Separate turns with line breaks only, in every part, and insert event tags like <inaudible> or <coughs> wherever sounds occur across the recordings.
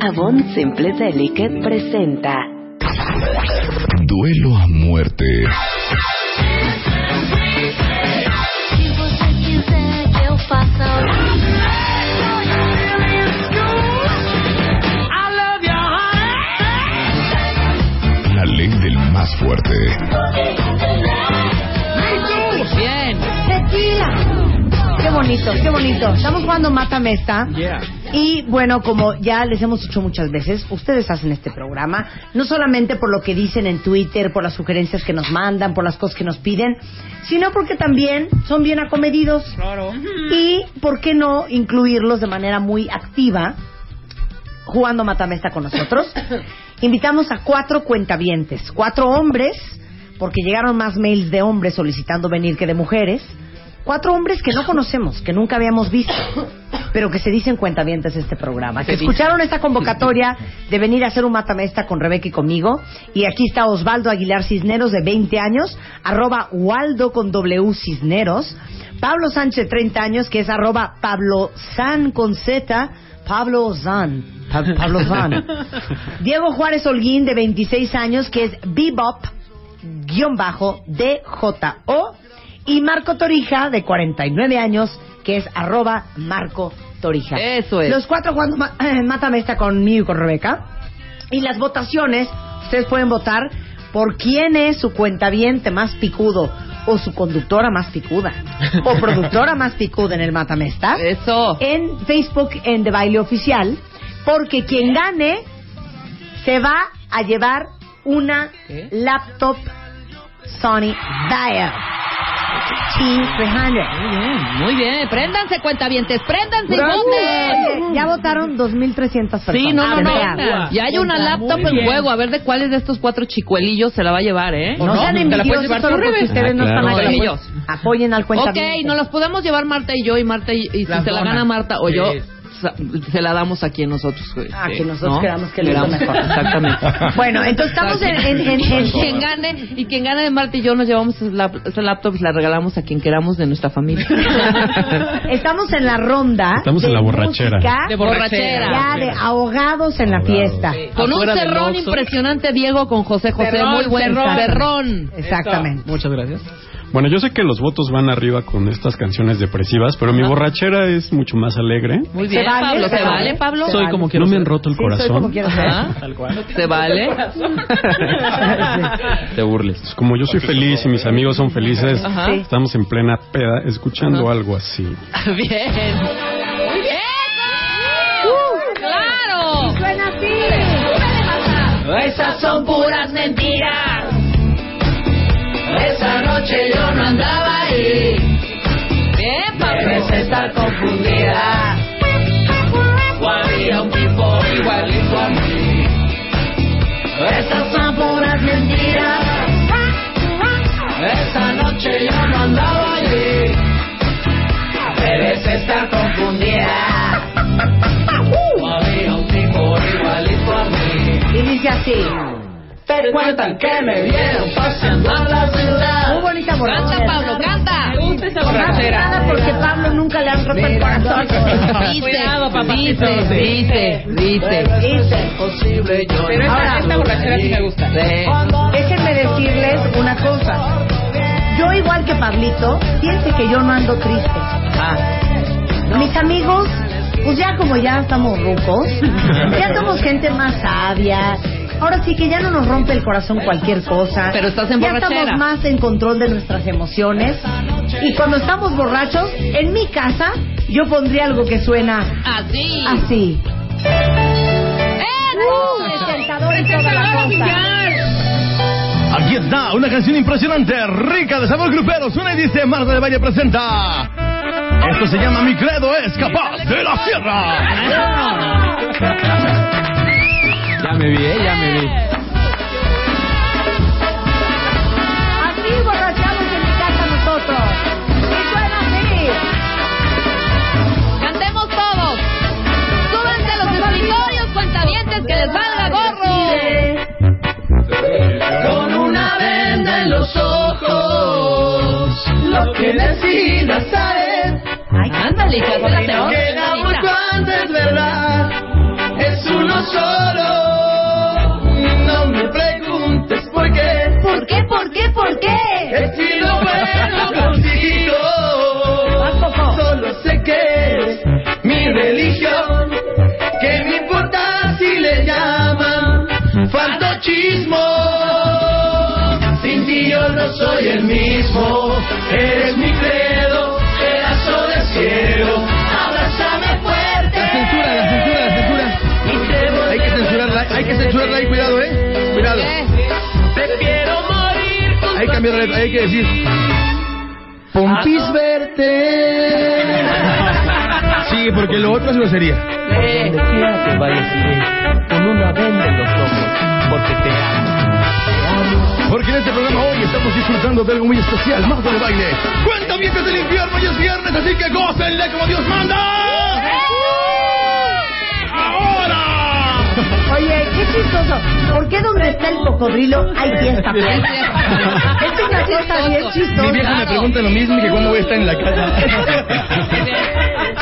Avon Simple Delicate presenta
Duelo a muerte. La ley del más fuerte.
Bien.
Tequila. Qué bonito, qué bonito. Estamos jugando Mata Mesta. Y bueno, como ya les hemos dicho muchas veces, ustedes hacen este programa, no solamente por lo que dicen en Twitter, por las sugerencias que nos mandan, por las cosas que nos piden, sino porque también son bien acomedidos.
Claro.
Y por qué no incluirlos de manera muy activa jugando Matamesta con
<coughs>
nosotros. Invitamos a cuatro cuentavientes, cuatro hombres, porque llegaron más mails de hombres solicitando venir que de mujeres. Cuatro hombres que no conocemos, que nunca habíamos visto, pero que se dicen cuentavientes de este programa. Que escucharon esta convocatoria de venir a hacer un matamesta con Rebeca y conmigo. Y aquí está Osvaldo Aguilar Cisneros, de 20 años, arroba Waldo con W Cisneros. Pablo Sánchez, 30 años, que es arroba Pablo San con Z. Pablo Zan. Pa- Pablo
<laughs>
Zan. Diego Juárez Holguín, de 26 años, que es bebop-djo. Y Marco Torija, de 49 años, que es arroba Marco Torija.
Eso es.
Los cuatro jugando ma- <clears throat> Mátame esta conmigo y con Rebeca. Y las votaciones, ustedes pueden votar por quién es su cuentaviente más picudo o su conductora más picuda o
<laughs>
productora más picuda en el Matamesta
Eso.
en Facebook en De Baile Oficial, porque quien gane se va a llevar una
¿Qué?
laptop Sony Vaio T300.
Muy bien, muy bien. Préndanse, cuentavientes. Préndanse y voten.
Ya votaron 2.300 personas.
Sí, no, no,
De
no.
verdad.
Y hay una laptop
Muy
en
bien.
juego. A ver de cuáles de estos cuatro chicuelillos se la va a llevar, ¿eh?
No, sean
¿Te la puedes
envidiosos
llevar
solo
tú,
porque
Rebe?
ustedes no
Ah,
están
claro.
aquí.
Ellos.
Apoyen al cuenta.
Ok, nos las podemos llevar Marta y yo. Y Marta, y, y si
Las
se la
donas.
gana Marta o
Sí.
yo, sa- se la damos a quien nosotros. eh,
Ah, que nosotros queramos que le
Queramos,
vaya mejor.
Exactamente.
<laughs> Bueno, entonces estamos en... en, en- en-
<laughs> quien gane y quien gane de Marta y yo nos llevamos ese lap- ese laptop y la regalamos a quien queramos de
<laughs>
nuestra familia.
Estamos en la ronda.
Estamos en
de
la borrachera.
música,
De
borrachera.
ya de ahogados en la
Ahogados.
fiesta.
Con un
Afuera del
cerrón
Oxxo.
impresionante, Diego, con José José.
Cerrón,
Muy buen cerrón.
cerrón.
Exactamente.
Muchas gracias.
Bueno, yo sé que los votos van arriba con estas canciones depresivas, pero mi borrachera es mucho más alegre.
Muy
¿Se
bien,
vale?
Pablo. ¿Se
¿Se
vale,
vale?
Pablo?
Soy ¿Ah? como quiero
no me
ser.
han roto el
Sí, soy
corazón.
como quiero ser.
Ajá.
Tal cual.
¿Se vale? <laughs>
Te burles. Pues, Como yo soy feliz y mis amigos son felices,
Ajá. Sí.
estamos en plena peda escuchando algo así.
bien. Muy bien.
¡Uh!
¡Claro!
Suena así.
Esas son puras mentiras. Esa noche yo no andaba ahí. Bien, Pablo. Debes estar confundida. O había un tipo igualito a mí. Esas son puras mentiras. Esa noche yo no andaba allí. Debes estar confundida. O había un tipo igualito a mí.
Y dice así.
Te cuentan que me vieron paseando a la ciudad.
Muy bonita borrachera.
Canta, Pablo, canta. Me gusta esa
Más que nada porque Pablo nunca le han roto el corazón.
Cuidado, papacito. Dice, dice, dice.
Dice.
Imposible yo.
Pero esta-
Ahora,
esta borrachera sí me gusta.
Sí.
Déjenme decirles una cosa. Yo igual que Pablito, fíjense que yo no ando triste.
Ah,
Mis amigos, pues ya como ya estamos
<laughs>
rucos, ya somos gente más sabia. Ahora sí que ya no nos rompe el corazón cualquier cosa.
Pero estás en
ya
borrachera.
estamos más en control de nuestras emociones. Y cuando estamos borrachos, en mi casa, yo pondría algo que suena
así. ¡Eh,
así.
¡Eso!
Presentador y toda la cosa.
Aquí está una canción impresionante, rica de sabor grupero. Suena y dice Marta de Valle presenta. Esto se llama Mi credo es capaz de la sierra.
Ya me vi, ya me vi.
Así borrachamos en mi casa nosotros. Y suena así.
Cantemos todos. Súbanse los escritorios, cuentavientes, que les valga gorro.
con una venda en los ojos. Lo que decidas saber,
Ándale, hija, espérate.
que la
ahora,
muerte es verdad, es uno solo.
cambiar la letra. ¿eh? Hay que decir.
Pompis verte.
Sí, porque lo otro es grosería.
Por donde quiera que vayas iré, con una venda en los hombros, porque te amo.
Porque en este programa hoy estamos disfrutando de algo muy especial. Marta de baile. ¡Cuenta billetes del infierno! Y es viernes, así que gócenle como Dios manda. ¡Ahora!
Oye, qué chistoso. ¿Por qué donde está el cocodrilo hay fiesta? es una cosa bien
Mi
chistosa.
vieja me pregunta lo mismo que cómo voy a estar en la casa.
Es,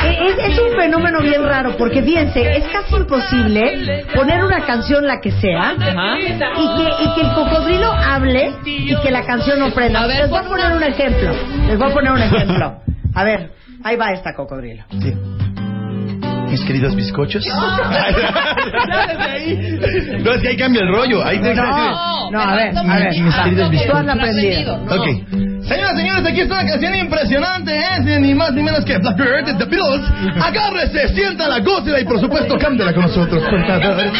Eh, es un fenómeno bien raro, porque fíjense, es casi imposible poner una canción la que sea y que, y que el cocodrilo hable y que la canción no prenda.
A ver,
les voy a
pon una.
poner un ejemplo. Les voy a poner un ejemplo. A ver, ahí va esta cocodrilo.
Sí. Mis queridos bizcochos. no, es que ahí cambia el rollo. Ahí tienes que decir-
No, no, a ver, a ver.
Mis queridos
Tú has
bizcochos.
aprendido.
Ok. Señoras, señores, aquí está una canción impresionante, ¿eh? Ni más ni menos que Blackbird de The Beatles. Agárrese, siéntala, gócela y por supuesto cántela con nosotros, por favor.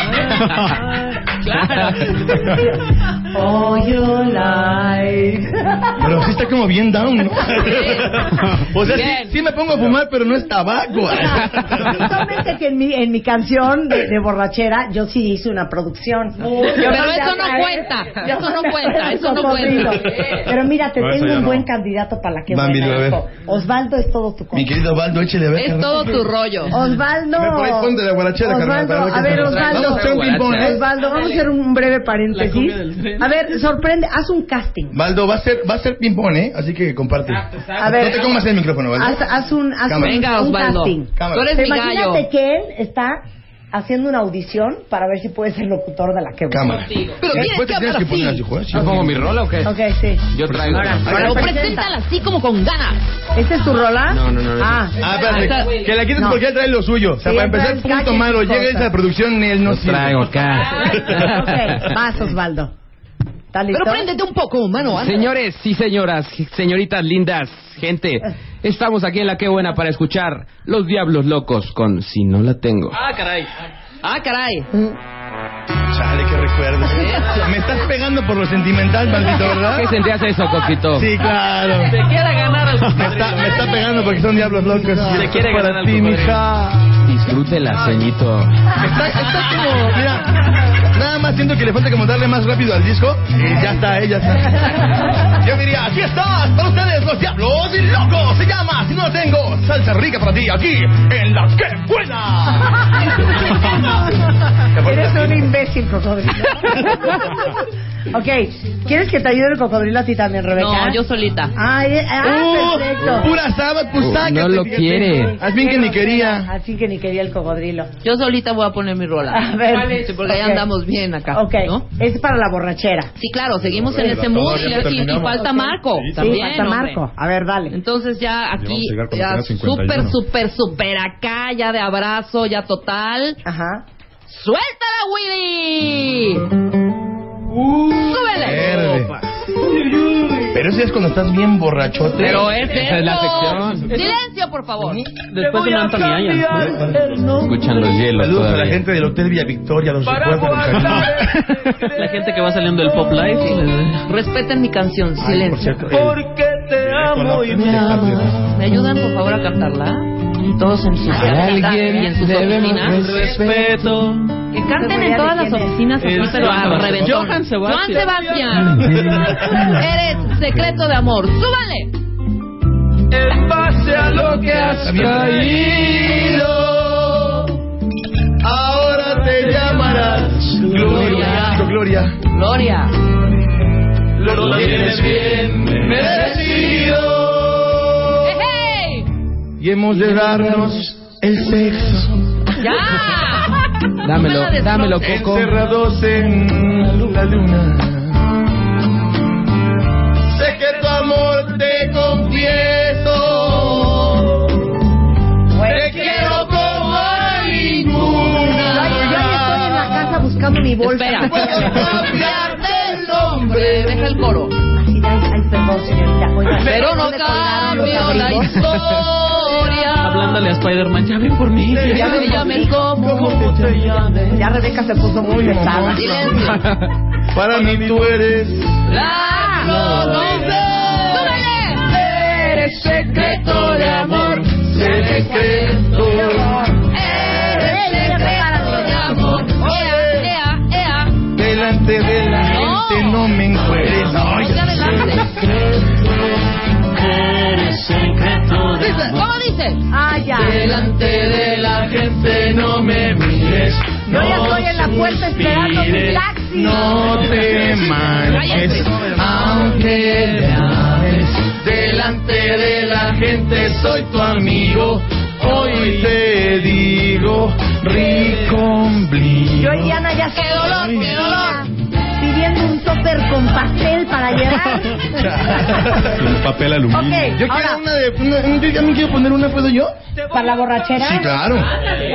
All your life.
Pero sí está como bien down, ¿no? <laughs> O sea, sí,
Bien.
sí me pongo a fumar, pero no es tabaco.
Solamente que en mi, en mi canción de, de borrachera yo sí hice una producción. Yo
Pero
mandé
eso
a
no
traer-
cuenta,
yo
eso no
mandé a
cuenta,
traer
eso no
cocodrilo.
cuenta.
Pero mira, te
No, eso
tengo
ya
un
no.
buen candidato para la que
Bámbilo,
buena,
a ver.
hijo. Osvaldo es todo tu
<laughs> Mi
compa.
querido Baldo, échale a ver.
Es todo tu rollo.
Osvaldo.
Ven por ahí, ponte la guarachera, carnal,
Osvaldo,
para ver qué
a ver,
te-
Osvaldo.
Vamos, Chompi, pon, ¿eh?
Osvaldo, vamos a hacer un breve paréntesis. A ver, sorprende, haz un casting.
Baldo, va a ser, va a ser ping-pong, ¿eh? Así que comparte.
A ver,
no te comas el micrófono, Baldo.
haz, haz un, haz un,
Cámara.
Venga,
un
Osvaldo.
casting.
Cámara.
Tú eres mi gallo.
Imagínate que él está haciendo una audición para ver si puede ser locutor de la que
Cámara.
Pero tienes
Después te
que
tienes
hablar
que poner
así.
así, joder, sí.
<laughs> ¿Yo pongo mi rola o qué?
Ok, sí.
Yo traigo.
Pero preséntala así como con ganas.
¿Esta es tu rola?
No, no, no, no.
Ah,
Ah, espérate, que la quites
No.
porque él trae lo suyo. O sea,
Sí,
para
él
empezar,
trae calle
punto
y
malo. Llega
cosas.
esa producción, él no
Yo
sirve.
traigo acá. <laughs>
ok. Vas, Osvaldo. ¿Está listo?
Pero préndete un poco, mano. anda.
<laughs> Señores y señoras, señoritas lindas, gente, estamos aquí en la Qué Buena para escuchar Los Diablos Locos con Si No La Tengo.
Ah, caray.
Chale, qué recuerdo. Me estás pegando por lo sentimental, maldito, ¿verdad?
¿Qué sentías eso, Coquito?
Sí,
<laughs>
claro.
quiera ganar
Me está, me está pegando porque son diablos locos. Se quiere para ti, mija.
Disfrútela, ceñito.
Está, está como, mira, nada más siento que le falta como darle más rápido al disco. Y ya está, eh, ya está. Yo diría, aquí estás, para ustedes, los diablos y locos. Se llama, si no lo tengo, salsa rica para ti, aquí, en la que buena.
Eres un imbécil, cocodrilo. <laughs> ok, ¿quieres que te ayude el cocodrilo a ti también, Rebeca?
No, yo solita.
Ay, eh, ah,
Uh,
perfecto.
Pura sábado, pues
Uh,
sácate.
no lo
fíjate.
quiere.
Haz bien que ni quería.
Así que ni quería el cocodrilo.
Yo solita voy a poner mi rola.
A ver. ¿Cuál es?
Sí, porque ya
Ok.
andamos bien acá.
Ok,
¿no?
es para la borrachera.
Sí, claro, seguimos
Bueno,
en ese
ya
mood y,
terminamos.
y- y falta Marco. también,
sí, falta
hombre.
Marco. A ver, dale.
Entonces ya aquí,
Vamos a llegar cuando
ya
tenga 51.
súper, súper, súper acá, ya de abrazo, ya total.
Ajá.
¡Suéltala, Willy! ¡Súbele!
Verde. Pero eso ya es cuando estás bien borrachote.
Pero es
Esa es la sección.
¡Silencio, por favor!
Después de una Escuchan los hielos
Saludos a la
todavía.
gente del Hotel Villa Victoria, los recuerdo con cariño.
<laughs> La gente que va saliendo del pop live.
Respeten mi canción,
Ay, por
silencio.
cierto, Porque te amo y me amas.
¿Me ayudan, por favor, a cantarla? Todos en su casa y en sus oficinas.
Respeto.
Que canten en todas las oficinas aquí, pero a reventón.
Johann Sebastian.
Johann Sebastian.
<laughs>
Eres secreto de amor. ¡Súbale!
En base a lo que has
Caído, ahora te llamarás Gloria. Gloria.
Gloria.
Lo tienes bien merecido.
¡Ejey!
Y hemos de darnos el sexo.
¡Ya!
Dámelo, dámelo, Coco.
Encerrados en la luna. Sé que tu amor te confieso. Te quiero como a
Yo, yo
ninguna.
ya estoy en la casa buscando mi bolsa.
Espera.
Puedo cambiarte el nombre.
Deja el coro.
Así, <laughs> ay, ay, perdón, señorita. Oiga,
Pero no
¿dónde colgaron los
cambio la
abrigos?
historia.
Hablándole a Spider-Man, ya ven por mí.
Ya me llames como yo te llame.
Ya Rebeca se puso muy pesada.
Silencio.
Para mí tú eres.
La no Eres secreto de amor. Secreto de amor. Eres secreto de amor. Ea, ea, ea.
Delante de la
No.
gente no me encuentres. Ay,
Ya adelante.
Eres secreto de
Dice,
amor.
¿Cómo dice?
Ah, ya.
Delante de la gente no me mires.
Yo ya estoy en la puerta esperando mi taxi.
no te
Cállate.
manches.
Aunque le ames, delante de la gente soy tu amigo.
Hoy te digo,
Yo
ricomblio.
y Diana ya
¡Qué dolor,
Ay,
qué dolor!
Pidiendo un topper con pastel para llevar.
<laughs>
El papel aluminio.
ok,
Yo
ahora,
quiero una de. Una, yo también quiero poner una, ¿puedo yo?
¿para la borrachera?
Sí, claro.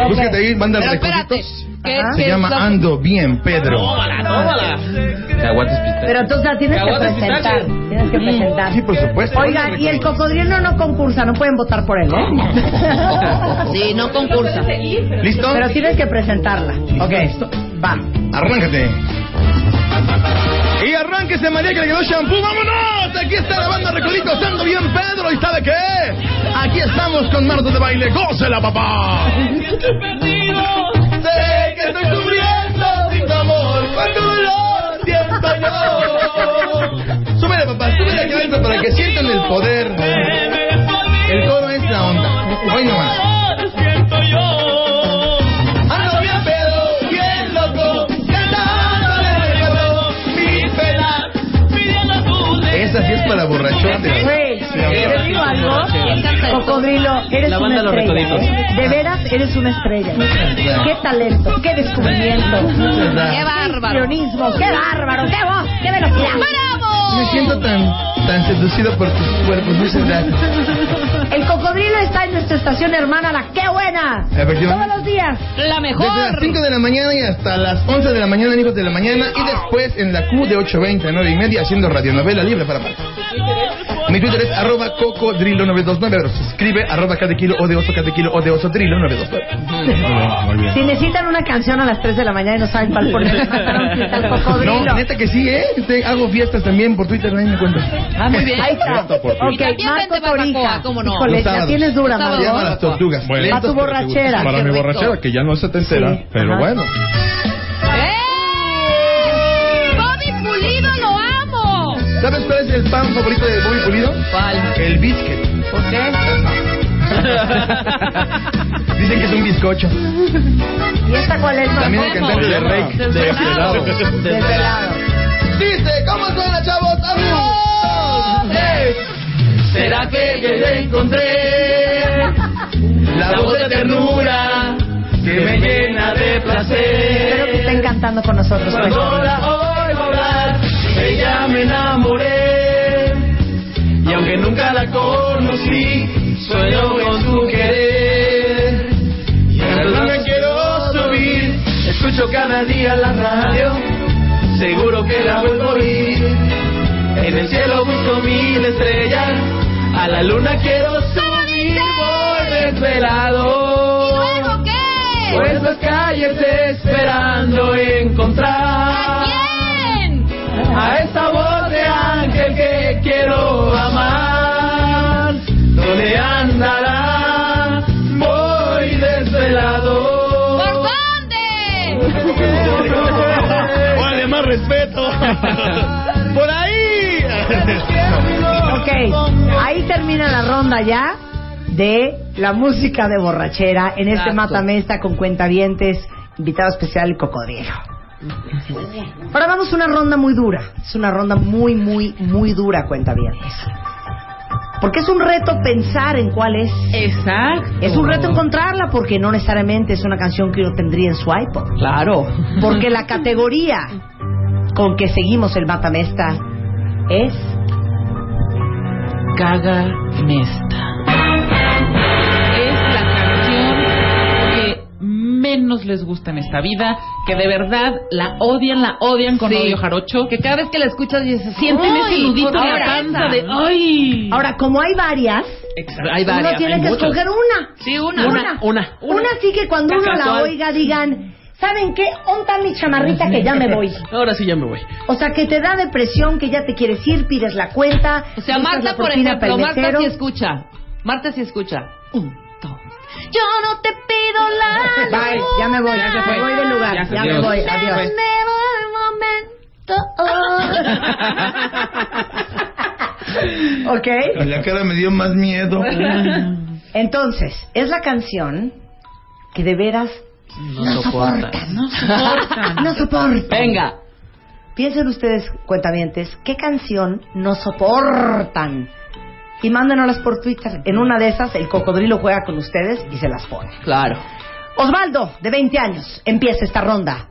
Búscate ahí, banda
Pero
de
espérate.
recoditos.
¿qué
Ajá.
te
Se llama
hizo?
Ando Bien, Pedro.
Caguates pistaches.
Pero entonces la tienes que
Caguates,
presentar.
pistaches.
Tienes que presentar.
Sí, por supuesto.
Oigan, y el cocodrilo no concursa, no pueden votar por él, ¿eh?
<laughs>
Sí, no concursa.
¿Listo?
Pero tienes que presentarla. Ok, va.
Arráncate. Y arránquese María que le quedó shampoo. ¡Vámonos! Aquí está la banda Recolito ando bien Pedro. ¿Y sabe qué? Aquí estamos con Marta de Baile. ¡Gócela, papá! sé que estoy sufriendo sin tu amor. Cuánto dolor siento yo. Súbele, papá. Súbele aquí adentro para que sientan el poder. El coro es la onda. Bueno, más. Ando bien pedo, bien loco, cantándole al diablo mi pena. Esa sí es para borrachotes.
Güey, te digo algo.
¿Quién canta esto?
Cocodrilo, eres
La
una
banda Los
estrella.
Recoditos.
¿eh? De veras, eres una estrella. Qué talento, qué descubrimiento.
¡Qué bárbaro!
Guionismo, qué bárbaro, qué voz, qué velocidad.
¡Bravo!
Me siento tan, tan seducido por tus cuerpos, muchas gracias.
El cocodrilo está en nuestra estación hermana, la qué buena. Todos
Efectivamente.
los días.
¡La
Desde las
mejor!
5 de la mañana y hasta las 11 de la mañana en Hijos de la Mañana y después en la Q de 8.20 a 9 y media haciendo radionovela libre para parte. Mi Twitter es arroba cocodrilo929 pero se escribe arroba catequilo o de oso catequilo o de oso drilo 929. Ah,
Muy bien.
Si necesitan una canción a las 3 de la mañana y no saben cuál poner, mataron fiesta al cocodrilo.
No, neta que sí, ¿eh? Te- hago fiestas también por Twitter, nadie me cuenta.
Ah, muy bien. Ahí está.
Fiesta por Twitter.
Ok,
También
Marco
vende
Torija.
barbacoa, ¿cómo no?
Híjole, la
Los sábados.
tienes dura,
Los
Marco.
Se llama las tortugas.
Bueno.
Va tu
Lentos, pero te gustan.
borrachera.
Para
qué
mi
rico.
borrachera, que ya no se te
Sí,
entera, pero
ajá.
bueno.
¡Eh! ¡Bobby Pulido, lo amo!
¿Sabes cuál es el pan favorito de Bobby Pulido?
¿Cuál?
El biscuit.
¿Por qué?
Dicen que es un bizcocho.
¿Y esta cuál es? Marco?
También el cantante de Rake.
Desvelado.
Desvelado.
Dice, ¿cómo suena, chavos? ¡Amigos!
¿Será que yo ya encontré
La voz de ternura que me llena de placer.
Espero que estén cantando con nosotros. pues.
Cuando la oigo hablar, de ella me enamoré. Y aunque nunca la conocí, sueño con su querer. Y
verdad
aunque me quiero subir, escucho cada día la radio. Seguro que la vuelvo a oír. En el cielo busco mil estrellas, a la luna quiero subir, voy este desvelado. ¿Luego qué? Pues las calles esperando encontrar. ¿A quién? A esa voz de ángel que quiero amar. ¿Dónde andará? Voy desvelado. ¿Por dónde?
Vale, más respeto. Por ahí.
Ok, ahí termina la ronda ya de la música de borrachera en este
Exacto.
Matamesta con cuentavientes, invitado especial el Cocodrilo. Ahora vamos a una ronda muy dura. Es una ronda muy, muy, muy dura, cuentavientes. Porque es un reto pensar en cuál es.
Exacto.
Es un reto encontrarla porque no necesariamente es una canción que uno tendría en su iPod.
Claro.
Porque la categoría con que seguimos el Matamesta es
Caga Mesta. Es la canción que menos les gusta en esta vida, que de verdad la odian, la odian con odio jarocho. Que cada vez que la escuchas se sienten ese nudito en la panza de ¡ay!
Ahora, como hay varias,
Exacto.
Hay varias.
Uno tiene
hay
que
muchas.
escoger una.
Sí, una.
Una.
una,
Una, sí que cuando
La
uno la
casual.
oiga digan, ¿saben qué? Onta mi chamarrita que ya me voy.
<laughs> Ahora sí ya me voy.
O sea, que te da depresión, que ya te quieres ir, pides la cuenta.
O sea,
buscas
Marta,
la
por
propina
ejemplo,
para el
Marta sí
mesero.
escucha. Marta sí escucha. Mm, Un, dos. Yo no te pido la
Bye, ya me voy,
Ya se
me
fue.
voy del lugar,
Ya se
ya
fue.
me voy,
Ya se
adiós.
fue.
ok,
La cara me dio más miedo.
<laughs> entonces, es la canción que de veras no soportan. No soportan.
<laughs>
No soportan.
Venga.
Piensen ustedes, cuentavientes, ¿qué canción no soportan? Y mándenoslas por Twitter. En una de esas, el cocodrilo juega con ustedes y se las pone.
Claro.
Osvaldo, de 20 años, empieza esta ronda.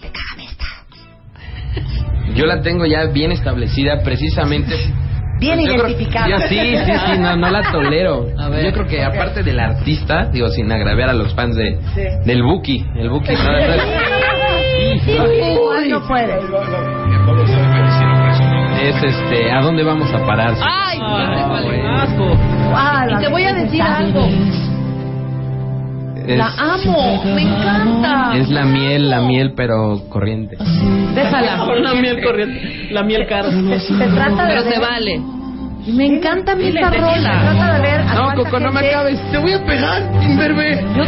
Te cágame esta.
Yo la tengo ya bien establecida precisamente.
Bien
Pues Yo creo-
identificada.
ya, sí, sí, sí, no, no la tolero.
A ver.
Yo creo que aparte del artista, digo, sin agraviar a los fans de, del Buki, el Buki. no, no,
Igual no puede.
es este, ¿a dónde vamos a parar?
Ay, ya sé cuál es.
Ah, la
Y te voy a
gente
decir
está-
algo.
Es-
La amo, me encanta.
Es la miel, la miel, pero corriente.
Déjala.
<laughs> La miel corriente, la miel cara.
Se trata de
Pero
ver-
se vale. Me encanta mi
Esta rola se
rola.
trata de ver a
No,
cuánta
Coco, no me
gente-
acabes.
Te voy a pegar, imberbe.
Yo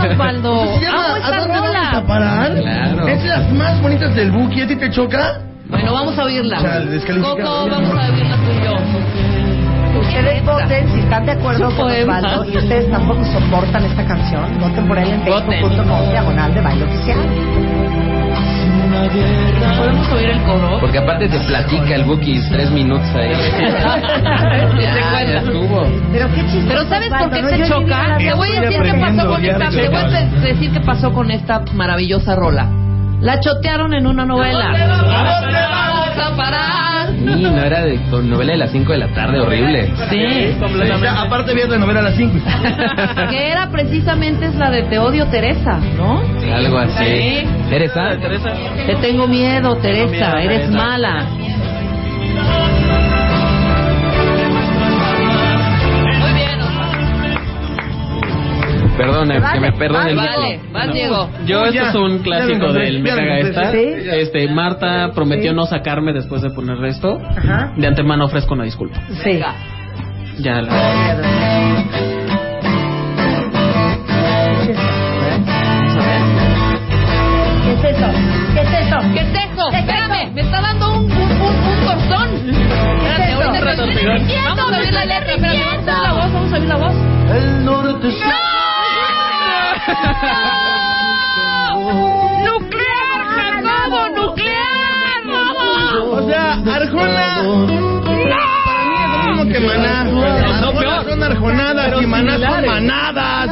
<laughs>
Osvaldo. Ah, Amo
¿A
esta
dónde vamos a
Oh, pues, rola.
parar?
Claro.
Es de las más bonitas del Buki. ¿A ti te choca?
Bueno, vamos a oírla.
Chale, descalifica.
Coco, vamos a oírla tú y yo.
Ustedes ¿eh? voten si están de acuerdo
Es un
con
poema.
Osvaldo y ustedes tampoco soportan esta canción. Voten por él en
Voten.
facebook.com diagonal de baile oficial.
¿Podemos oír el coro?
Porque aparte te platica el Buki tres minutos
<laughs>
ahí. Ya, ya estuvo.
Pero qué chiste.
Pero ¿sabes por qué te choca? Te voy a
Estoy
decir qué pasó
aprendiendo
con
ya
esta,
de
te voy a
chocar.
de- decir qué pasó con esta maravillosa rola. La chotearon en una novela. ¿A dónde vamos a parar?
Y no era de con novela de las 5 de la tarde, horrible.
Sí.
Ya, aparte, veías la novela a las
<laughs>
5.
Que era precisamente es la de Te odio Teresa, ¿no?
Algo así. Teresa.
Te tengo miedo, Teresa, eres mala. Muy bien, Osvaldo.
Perdone, que me perdone. el-
Vale, vas Diego.
Yo, esto es un clásico
encontré,
del
ya lo
Mega
encontré,
Gaeta.
sí, ya.
Este, Marta prometió no sacarme después de poner esto.
Ajá.
De antemano ofrezco una disculpa.
Sí.
Venga.
Ya la.
¿Qué es eso? ¿Qué es eso?
¿Qué es eso? Espérame, me está dando un, un, un, un torzón. Espérate,
eso?
ahorita
Retortijón.
estoy rindiendo, Vamos a oír la letra, espérame, vamos a oír la voz, vamos a oír la voz.
El norte
¡No! ¡Nuclear, Jacobo, nuclear!
O sea, Arjona. Para mí es lo mismo que maná.
No,
Arjona
peor.
son arjonadas y maná son
similares.
manadas.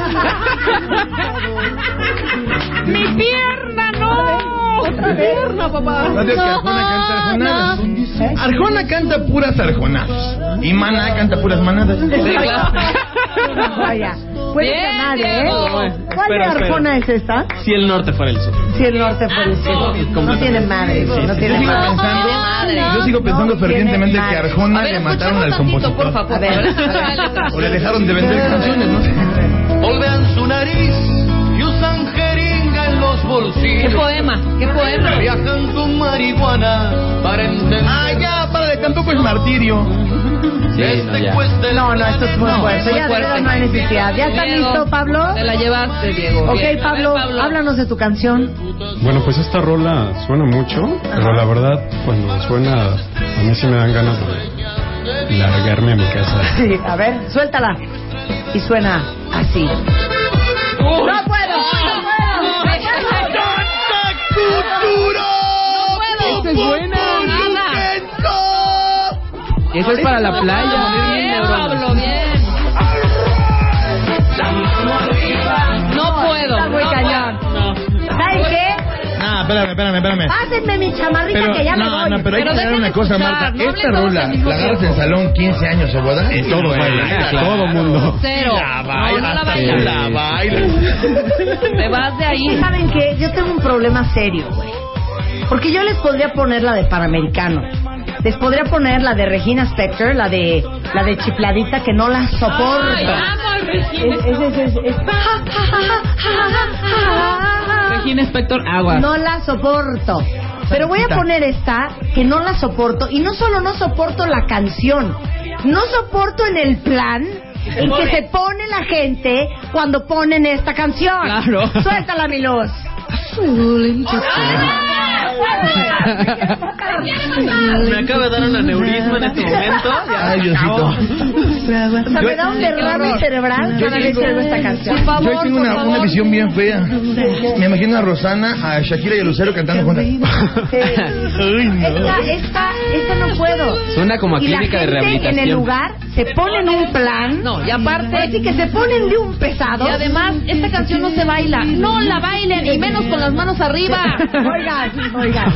¡Mi pierna, no! ¡Mi pierna, papá!
No digo que Arjona canta arjonadas. Arjona canta puras arjonadas. Y maná canta puras manadas.
Vaya. Puede
Bien,
ganar, ¿eh?
Diego.
¿Cuál de
Espera, espera.
Arjona es esta?
Si el norte fuera el sur.
Si el norte fue
Ah,
el sur. No tiene madre. No
Yo
tiene
sigo
madre.
pensando,
madre.
yo sigo pensando
No tiene
fervientemente que
madre.
a
A
Arjona
ver,
le mataron
escuchemos
al
tantito,
compositor.
por favor.
A ver,
A ver, escucha
a ver.
la letra.
O le dejaron de vender canciones, ¿no?
Olvean su nariz y usan jeringa en los
¡Qué
bolsillos.
poema, qué
¿eh?
poema!
Viajan con marihuana para entender.
Ah, ya, párale, tampoco es martirio.
Sí, no, ya.
No, no, esto es muy
No,
fuerte.
muy
Ya de
fuerte.
verdad no hay necesidad. ¿Ya está
Diego,
listo, Pablo?
Te la llevaste, Diego.
Ok,
Bien, a ver,
Pablo, háblanos de tu canción.
<laughs> Bueno, pues esta rola suena mucho, pero la verdad, cuando suena, a mí sí me dan ganas de largarme a mi casa.
Sí, a ver, suéltala. Y suena así. ¡No puedo! ¡No puedo!
¡No puedo! ¡Esa es buena! ¡Nada!
Eso es para la playa.
Bien, Pablo, bien. No puedo.
Está muy
no
cañón.
puedo.
¿Saben qué?
Ah, espérame, espérame, espérame.
Pásenme mi chamarrita
Pero,
que ya me
no,
voy.
no, pero hay
Pero
que aclarar
déjame
una cosa,
escuchar,
Marta.
no hablen
Esta
todos
rola,
al mismo
la agarras en
tiempo.
salón 15 años o boda.
Y todos bailan, todo mundo.
Cero.
La
No, no
baila,
la
hasta
bailas.
que la baila.
Te vas de
Y
ahí.
saben que yo tengo un problema serio, güey. Porque yo les podría poner la de Panamericano. Les podría poner la de Regina Spector, la de la de Chifladita, que no la soporto.
Ay, amo a Regina.
Es- es- es- es- es-
Regina Spector, agua.
No la soporto. Pero voy a poner esta que no la soporto. Y no solo no soporto la canción, no soporto en el plan en que se pone la gente cuando ponen esta canción.
Claro.
Suéltala, mi luz.
<laughs>
Me acaba de dar un aneurisma en este momento.
Ay, Diosito.
O sea, me da un derrame cerebral cada vez que oigo esta canción. Por favor,
Yo tengo una, una visión bien fea. Me imagino a Rosana, a Shakira y a Lucero cantando juntas. Ay,
Esta, esta, esta no puedo.
Suena como a
y la
clínica de
gente
rehabilitación.
en el lugar se ponen un plan.
No, y aparte-
Así que se ponen de un pesado.
Y además, esta canción no se baila. No la bailen, y menos con las manos arriba.
<laughs> Oigan, oigan.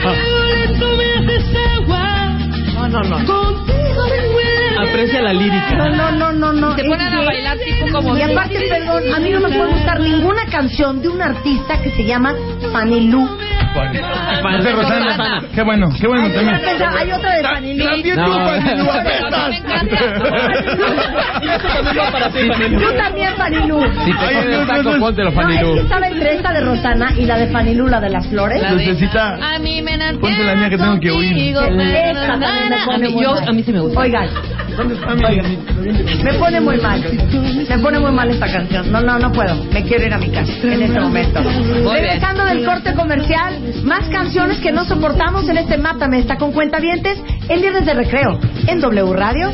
No, no, no. <laughs> Aprecia la lírica.
No, no, no, no, no.
Se
es
ponen a
que-
bailar tipo como...
Y aparte, perdón, a mí no me puede gustar ninguna canción de un artista que se llama Fanny Lu.
Es de Rosana. Qué bueno, qué bueno
Hay otra
también.
canción- hay otra de Fanny Lu.
También
No.
tú, Fanny,
Pero
a mí me encanta.
apestas.
Yo también, Fanny Lu.
Si te
Ay,
pones
Dios,
el taco,
Dios.
póntelo,
No,
Fanny
es
Lu.
que estaba entre esta de Rosana y la de Fanny Lu, la de las flores.
Lucecita.
A mí me
Ponte la mía que tengo que oír.
contigo,
Esta
na,
también me
na, na.
pone
A mí-
muy
yo-
mal.
a mí sí me gusta.
Oigan, me pone muy mal. Me pone muy mal esta canción. No, no, no puedo. Me quiero ir a mi casa en este momento. Regresando del corte comercial, más canciones que no soportamos en este Mátame está con cuentavientes en viernes de recreo en W Radio.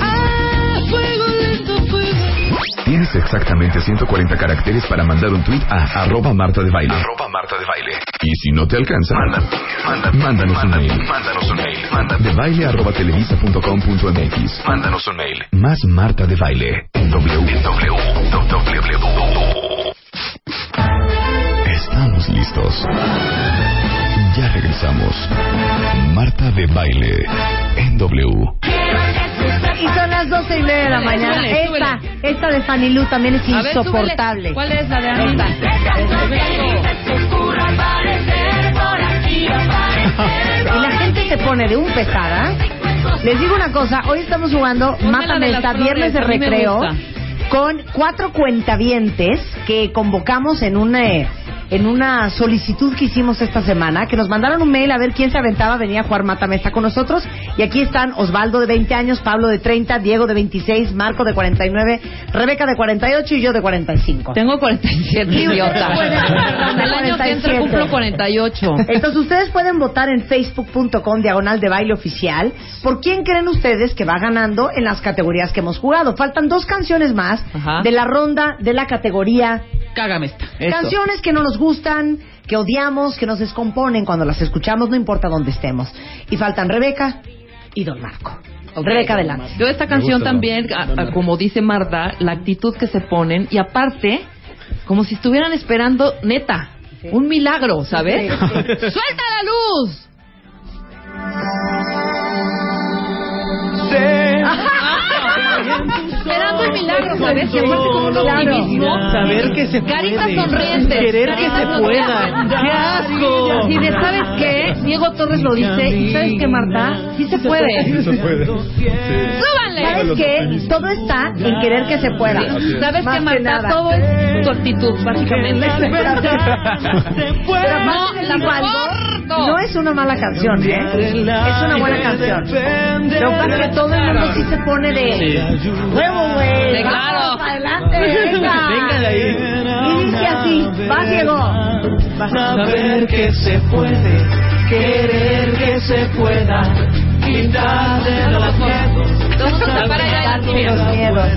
Ah,
Tienes exactamente 140 caracteres para mandar un tweet a arroba Marta de Baile. Y si no te alcanza, mándanos un mail. Mándanos un mail. de baile arroba televisa.com.mx. Mándanos un mail. Más Marta de Baile en W. Estamos listos. Ya regresamos. Marta de Baile en W.
Y son las doce y media de la mañana.
Súbele,
Esta, esta de Fanny Lu también es
A ver, súbele.
insoportable.
¿Cuál es la de Anita?
Y la gente se pone de un pesada. Les digo una cosa, hoy estamos jugando
la
Mátame
de las
esta
flores,
viernes de
a mí me
recreo
gusta.
con cuatro cuentavientes que convocamos en una eh, en una solicitud que hicimos esta semana, que nos mandaron un mail a ver quién se aventaba a venir a jugar Mátame esta con nosotros. Y aquí están Osvaldo de 20 años, Pablo de 30, Diego de 26, Marco de 49, Rebeca de 48 y yo de 45.
Tengo 47,
idiota.
El año que entra cumplo 48.
Entonces ustedes pueden votar en facebook.com diagonal de baile oficial por quién creen ustedes que va ganando en las categorías que hemos jugado. Faltan dos canciones más
Ajá.
de la ronda de la categoría
Cágame esta.
canciones que no nos gustan, que odiamos, que nos descomponen cuando las escuchamos, no importa dónde estemos. Y faltan Rebeca y Don Marco. Rebeca adelante.
Yo esta canción también, a- a- como dice Marta, la actitud que se ponen y aparte, como si estuvieran esperando, neta, un milagro, ¿sabes? <laughs>
¡Suelta la luz! Esperando un milagro, ¿sabes? Y aparte como un optimismo.
Saber que se
Caritas sonrientes. Caritas sonrientes.
asco!
Y de, ¿sabes qué? Diego Torres lo dice. ¿Y sabes qué, Marta? Sí se puede.
Se puede. Sí.
¿Sabes
¡Súbanle!
qué? Todo está en querer que se pueda.
¿Sabes
Más
qué,
que
Marta?
nada.
Todo es tu actitud, básicamente.
Pero
No,
aparte les
la
digo algo,
soporto.
no es una mala canción, ¿eh? Es una buena canción. Lo que pasa es que todo el mundo sí se pone de huevo, güey.
De claro.
Vamos, para adelante, venga.
Venga de ahí.
Y dice así, va Diego.
Saber que se puede, querer que se pueda, pintar de los miedos,
Todo el mundo se para y baila así, mira.
Los miedos.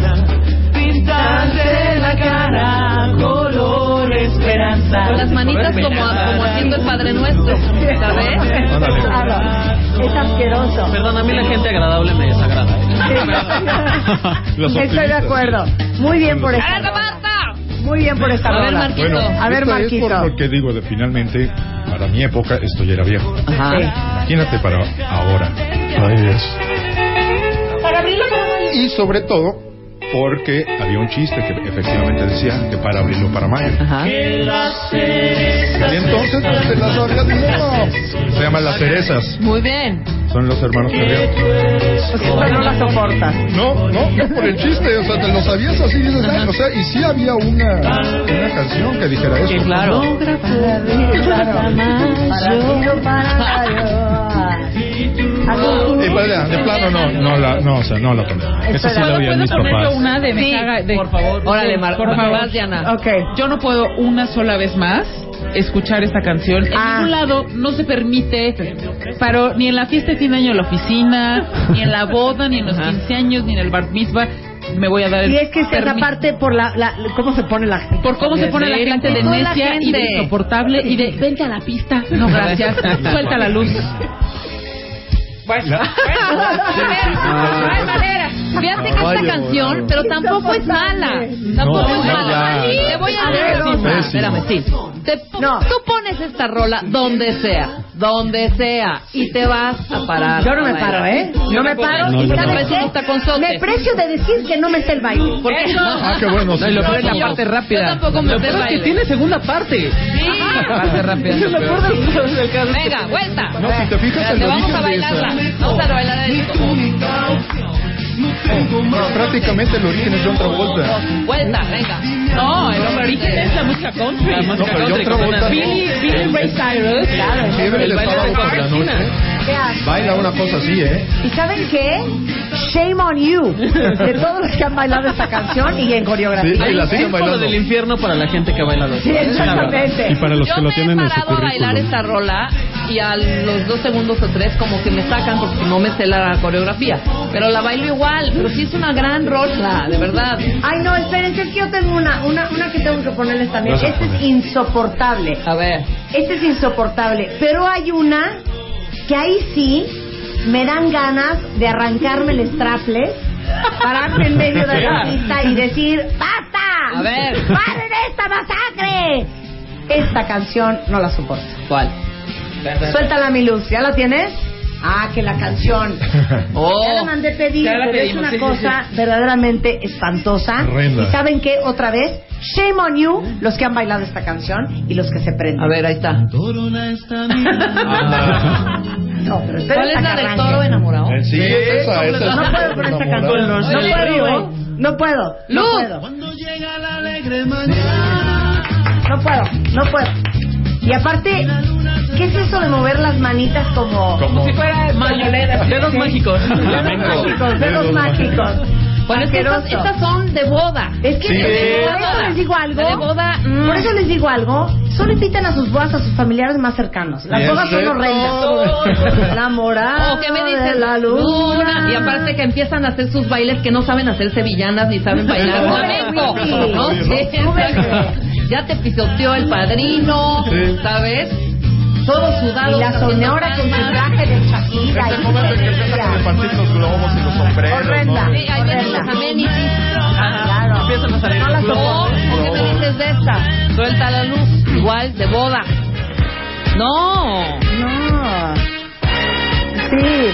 pintar de la cara color esperanza.
Con las manitas como, como haciendo el Padre Nuestro, ¿sabes?
Ándale.
Claro, es asqueroso.
Perdón, a mí la gente agradable me desagrada.
<laughs> Los
Estoy de
optimistas.
acuerdo. Muy bien por esta.
¡Agarra, Marta!
Muy bien por esta
A ver,
rola.
Marquito.
Bueno,
A ver,
esto
Marquito.
es por lo que digo de finalmente, para mi época, esto ya era viejo.
Ajá.
Imagínate para ahora. Ay, Dios. Y sobre todo, porque había un chiste que efectivamente decía que para abril o para mayo. Y entonces, pues, se las orgasmó. Se llaman las cerezas.
Muy bien.
Son los hermanos Ferrer.
Pues que esta no la soportas.
No, no, no por el chiste, o sea, te lo sabías así, dices, ay, o sea, y sí había una, una canción que dijera eso.
claro.
Y pues, ya, de plano no, no la, no, o sea, no la ponía. Eso sí la
¿Puedo
oían mis
ponerle
papás.
una de me caga- de-
por favor. Órale, Mar-
Por
vas,
favor.
Diana.
Yo no puedo una sola vez más escuchar esta canción. En ningún lado no se permite, pero ni en la fiesta de fin de año en la oficina, ni en la boda, ni en los 15 años, ni en el bar mitzvah, me voy a dar el
Y es que es esa
permiso.
parte por la, la- cómo se pone la gente.
Por cómo se pone la gente de necia y de insoportable y de vente a la pista. No,
<laughs>
gracias. Suelta la luz.
La-
Ay, Valera, Fíjate que esta
Caballo,
canción,
bravo.
pero tampoco es mala. Tampoco
No,
es
no,
mala.
ya.
Te voy
Es
a decir una.
pésimo.
Espérame, sí. Te po- Tú pones esta rola donde sea, donde sea, y te vas a parar.
Yo no me
a bailar.
paro, ¿eh? Yo me paro
No,
y
yo
¿sabes
no.
qué? Me precio de decir que no me sé el baile.
¿Por qué?
Ah, qué bueno. sí,
No, y lo
ya.
peor es la parte rápida.
Yo tampoco me
lo
sé
peor es que
baile.
tiene segunda parte. Parte rápida. es lo peor.
Venga, vuelta.
No, si te fijas,
Espérate,
el
vamos
origen
a
de
bailarla.
esa,
Vamos a bailar esto.
no, prácticamente el origen es John Travolta.
Vuelta, venga.
No, el origen es la música country.
La música
pero yo otra
country, que suena
bota,
así.
Billy, Billy Ray Cyrus.
Fiebre
El
de
baile
sábado
de
por la
Martina.
noche. Baila una cosa así, ¿eh?
¿Y saben qué? Shame on you. De todos los que han bailado esta canción y en coreografía.
Sí, y la
Un
siguen
círculo
bailando.
del infierno para la gente que baila los
Sí, exactamente.
Y para los
Yo
que lo
me
tienen
he
en su
parado a bailar
currículum.
esta rola y a los dos segundos o tres como que me sacan porque no me sé la coreografía. Pero la bailo igual, pero sí es una gran rola, de verdad.
Ay, no, espérense, es que yo tengo una, una, una que tengo que ponerles también.
Vas a
Esta es
poner.
insoportable.
A ver.
Esta es insoportable. Pero hay una que ahí sí me dan ganas de arrancarme el strapless, pararme en medio de
<laughs>
la pista y decir, ¡basta!
A ver.
¡Paren esta masacre! Esta canción no la soporto.
¿Cuál?
Suéltala, mi luz. ¿Ya la tienes? Ah, que la canción. Ya la mandé pedir,
Ya la
pero es
pedimos,
una
sí, sí,
cosa verdaderamente espantosa.
Horrenda.
¿Y saben qué? Otra vez, shame on you, los que han bailado esta canción y los que se prenden.
A ver, ahí está.
<laughs> No, pero espera
¿Cuál es
hasta
la
que
del
arranque.
toro enamorado?
Ah, eh, Sí, es esa, esa es
No puedo con esta canción.
enamorada.
No
Oye,
puedo,
Luz.
güey. No puedo. No
¿eh? Luz.
puedo. No puedo, no puedo. Y aparte, ¿qué es eso de mover las manitas como...
Como este si fuera
Dedos mágicos.
Dedos mágicos, dedos
Dedos
mágicos.
Bueno, es que estas,
Asqueroso.
estas son de boda.
Es que
Sí.
de- por eso les digo algo.
De boda, mm.
Por eso les digo algo. Solo invitan a sus bodas a sus familiares más cercanos. Las
Bien,
bodas son
reto.
<laughs> Oh,
horrendas. La moral.
O que Oh, me dicen
la luna.
luna. Y aparte que empiezan a hacer sus bailes que no saben hacer sevillanas ni saben
<laughs>
bailar
Súbele,
flamenco.
Willy.
<laughs> ¿no? Sí, exacto. Ya te pisoteó el padrino,
Sí.
¿sabes? Todo sudado.
Y la
haciendo
sonora con su
palmas.
traje de Shakira.
Es el
y
momento en que empiezan a repartir los globos y los sombreros.
Horrenda.
¿no?
Sí, ahí vienen las amenities. Ah,
Claro.
Empiezan a salir
Ah, No la
los
O,
soporto.
¿o ¿qué me dices de esta? Suelta la luz, igual de boda. No.
No. Sí.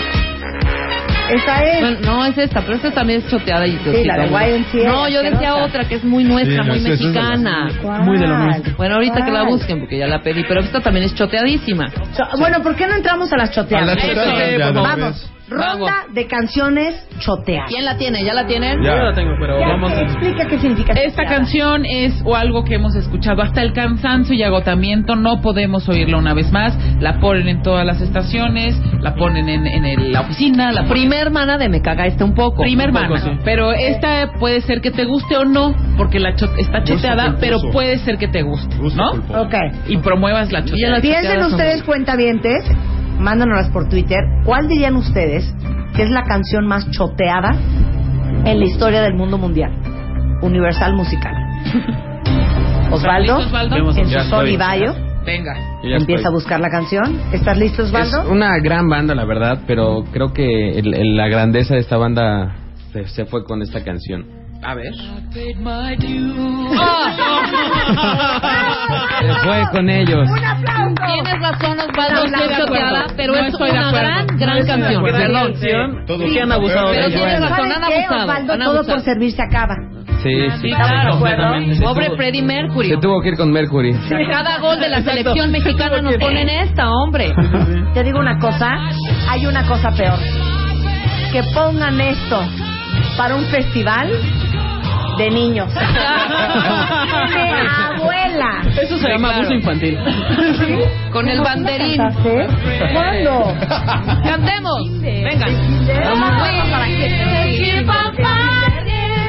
Esa es.
Bueno, no es esta, pero esta también es choteada y
Sí, la de YMCA,
No, yo decía
asquerosa.
otra que es muy nuestra,
Sí,
muy
esa es de las-
mexicana.
Muy de lo
¿Cuál?
nuestro.
Bueno, ahorita que la
¿Cuál?
busquen, porque ya la pedí, pero esta también es choteadísima.
So- Bueno, ¿por qué no entramos a las
A
choteadas?
la chica de
Eso, por
Ana
favor.
Vélez.
Ronda de canciones choteadas.
¿Quién la tiene? ¿Ya la tienen?
Yo la tengo, pero
Ya,
vamos.
Explica qué significa
Esta
choteada.
canción es o algo que hemos escuchado hasta el cansancio y agotamiento. No podemos oírla una vez más. La ponen en todas las estaciones, la ponen en, en el- la oficina, la ponen-
Primer hermana de Me Caga este un poco.
primer
un poco,
mano.
sí.
Pero esta puede ser que te guste o no, porque la cho- está
Gusto
choteada,
culposo.
pero puede ser que te guste,
Gusto
¿no?
culposo.
Ok.
Y promuevas la choteada.
Piensen
<laughs>
ustedes, cuentavientes, mándanos por Twitter, ¿cuál dirían ustedes que es la canción más choteada en la historia del mundo mundial? Universal musical.
<laughs>
Osvaldo,
¿Listo, Osvaldo?
en
Ya
su sol
estoy.
y Bayo,
Venga.
Yo ya
empieza a
estoy.
buscar la canción. ¿Estás listo,
Es
Osvaldo?
<laughs>
<laughs>
una gran banda, la verdad, pero creo que el- el- la grandeza de esta banda se, se fue con esta canción. A ver.
¡Ah!
Se fue con ellos.
Tienes razón,
No, no,
Osvaldo,
no,
estoy
no,
choqueada,
no,
pero
no
es
estoy de
una
acuerdo.
gran,
No
gran
estoy de
canción.
acuerdo.
Gran
Gran
canción.
canción. Todos
Sí, han
los
abusado de
peores.
ellos. Tienes razón, han
¿Saben qué,
abusado,
Osvaldo?
han
todo
abusado.
por servir se acaba.
Sí, sí,
claro,
completamente.
bueno.
Se
Pobre
tuvo-
Freddie Mercury.
Se tuvo que ir con Mercury.
Cada gol de la
Exacto.
selección mexicana nos ponen esta, hombre.
Te digo una cosa, hay una cosa peor. Que pongan esto para un festival de
<laughs>
niños. de abuela.
Eso se llama
<laughs>
abuso infantil.
Con el banderín.
¿Cuándo?
Cantemos. Venga.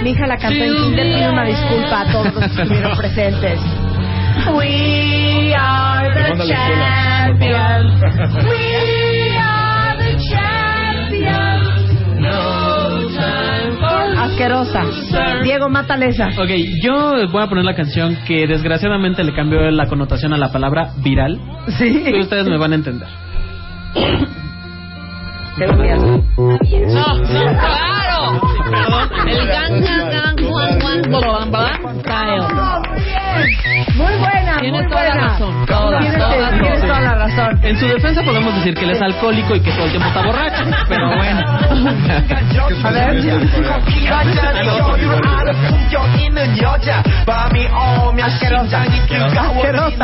Mi hija la cantó en Kinder, pido una disculpa a todos los que estuvieron presentes. We are
Te manda a
the
la escuela,
champions.
We are the champions. No time for
<laughs> Asquerosa. Diego, mátale esa.
Ok, yo voy a poner la canción que desgraciadamente le cambió la connotación a la palabra viral.
Sí.
Y ustedes me van a entender.
No, no, claro. El gang, gang, gang, guan, guan, guan, guan, guan.
Muy buena, muy
Tienes toda la
buena.
razón. Toda,
Tienes-
toda,
tienes
toda.
toda la razón.
En su defensa podemos decir que él es alcohólico y que todo el tiempo está borracho, pero bueno.
A ver.
Asquerosa, pero muy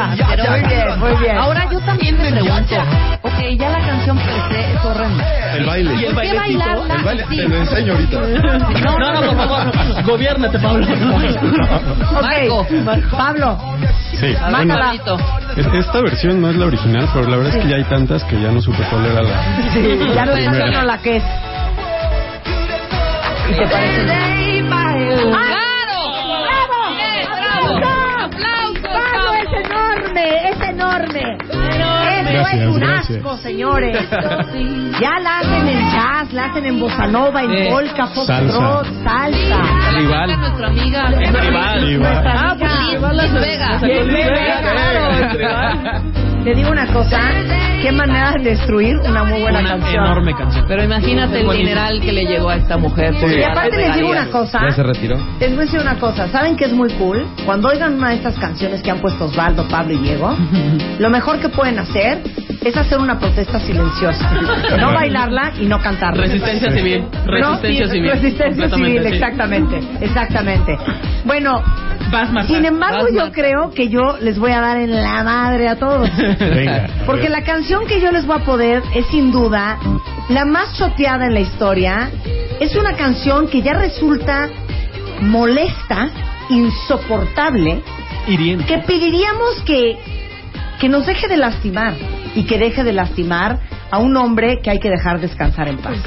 bien, muy bien.
Ahora yo también me pregunto, ok, ya la canción presé es horrenda.
El baile.
¿Por qué bailarla
El baile,
así?
te lo enseño ahorita.
No, <laughs> no, no, por
favor, gobiérnate, Pablo.
Ok, Pablo,
Sí, bueno,
mátala.
es- esta versión no es la original, pero la verdad es que ya hay tantas que ya no supe cuál era la.
Sí, ya no menciono la que es. ¿Y te parece? Ah,
¡Bravo! ¡Aplausos,
Pablo
Pablo!
es enorme, es enorme. Esto es
Gracias,
un
gracias.
asco, señores. <laughs> Ya la hacen en jazz, la hacen en bossa nova, en
Sí.
polka, pop
Salsa.
rock, salsa.
Acá
Rival.
nuestra amiga.
Rival.
Ah, pues sí, va las-
Vega.
Liz Vega, claro. Te digo una cosa, qué manera de destruir una muy buena
Una
canción.
enorme canción.
Pero imagínate el dineral que le llegó a esta mujer. por
Sí.
Y
las
aparte les digo
regalías.
una cosa,
¿Ya se retiró?
les voy a decir una cosa, ¿saben que es muy cool? Cuando oigan una de estas canciones que han puesto Osvaldo, Pablo y
<laughs>
Diego, lo mejor que pueden hacer es hacer una protesta silenciosa.
<laughs>
No bailarla y no cantarla.
Resistencia civil,
No, sí,
resistencia civil.
Resistencia
completamente,
civil,
sí.
exactamente, exactamente. Bueno,
Vas, Marta.
sin embargo
Vas,
yo
Marta.
creo que yo les voy a dar en la madre a todos.
<laughs>
Venga.
Porque la canción que yo les voy a poder es sin duda la más choteada en la historia. Es una canción que ya resulta molesta, insoportable,
Hiriente.
que pediríamos que, que nos deje de lastimar y que deje de lastimar a un hombre que hay que dejar descansar en paz.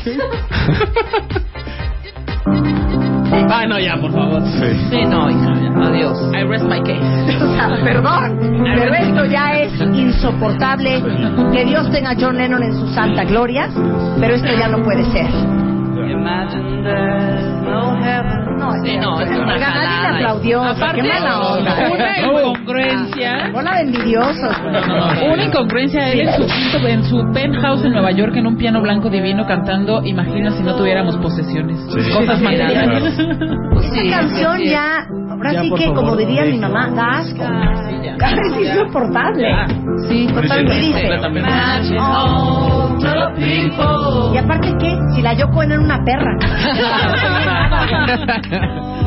Ay, no, ya, por favor.
Sí.
Sí, no, hija, ya. Adiós.
I rest my case.
<laughs> O sea, perdón, pero esto ya es insoportable. Que Dios tenga a John Lennon en su santa gloria, pero esto ya no puede ser. No,
Sí, no, es una
Oiga, nadie
jalada.
le aplaudió. o sea,
Aparte,
qué mala
una
onda.
incongruencia.
Hola de envidiosos. pues.
Una incongruencia él en su, quinto- en su penthouse en Nueva York en un piano blanco divino cantando Imagina si no tuviéramos posesiones.
Sí.
Cosas
Sí,
<laughs>
materiales.
Esta canción ya, ahora
Ya,
sí
por
que,
favor,
como diría
sí.
mi mamá, da asco. Es insoportable.
Sí,
Totalmente.
Completamente.
Y aparte, ¿qué? Si la Yoko Ono era una
<laughs>
perra.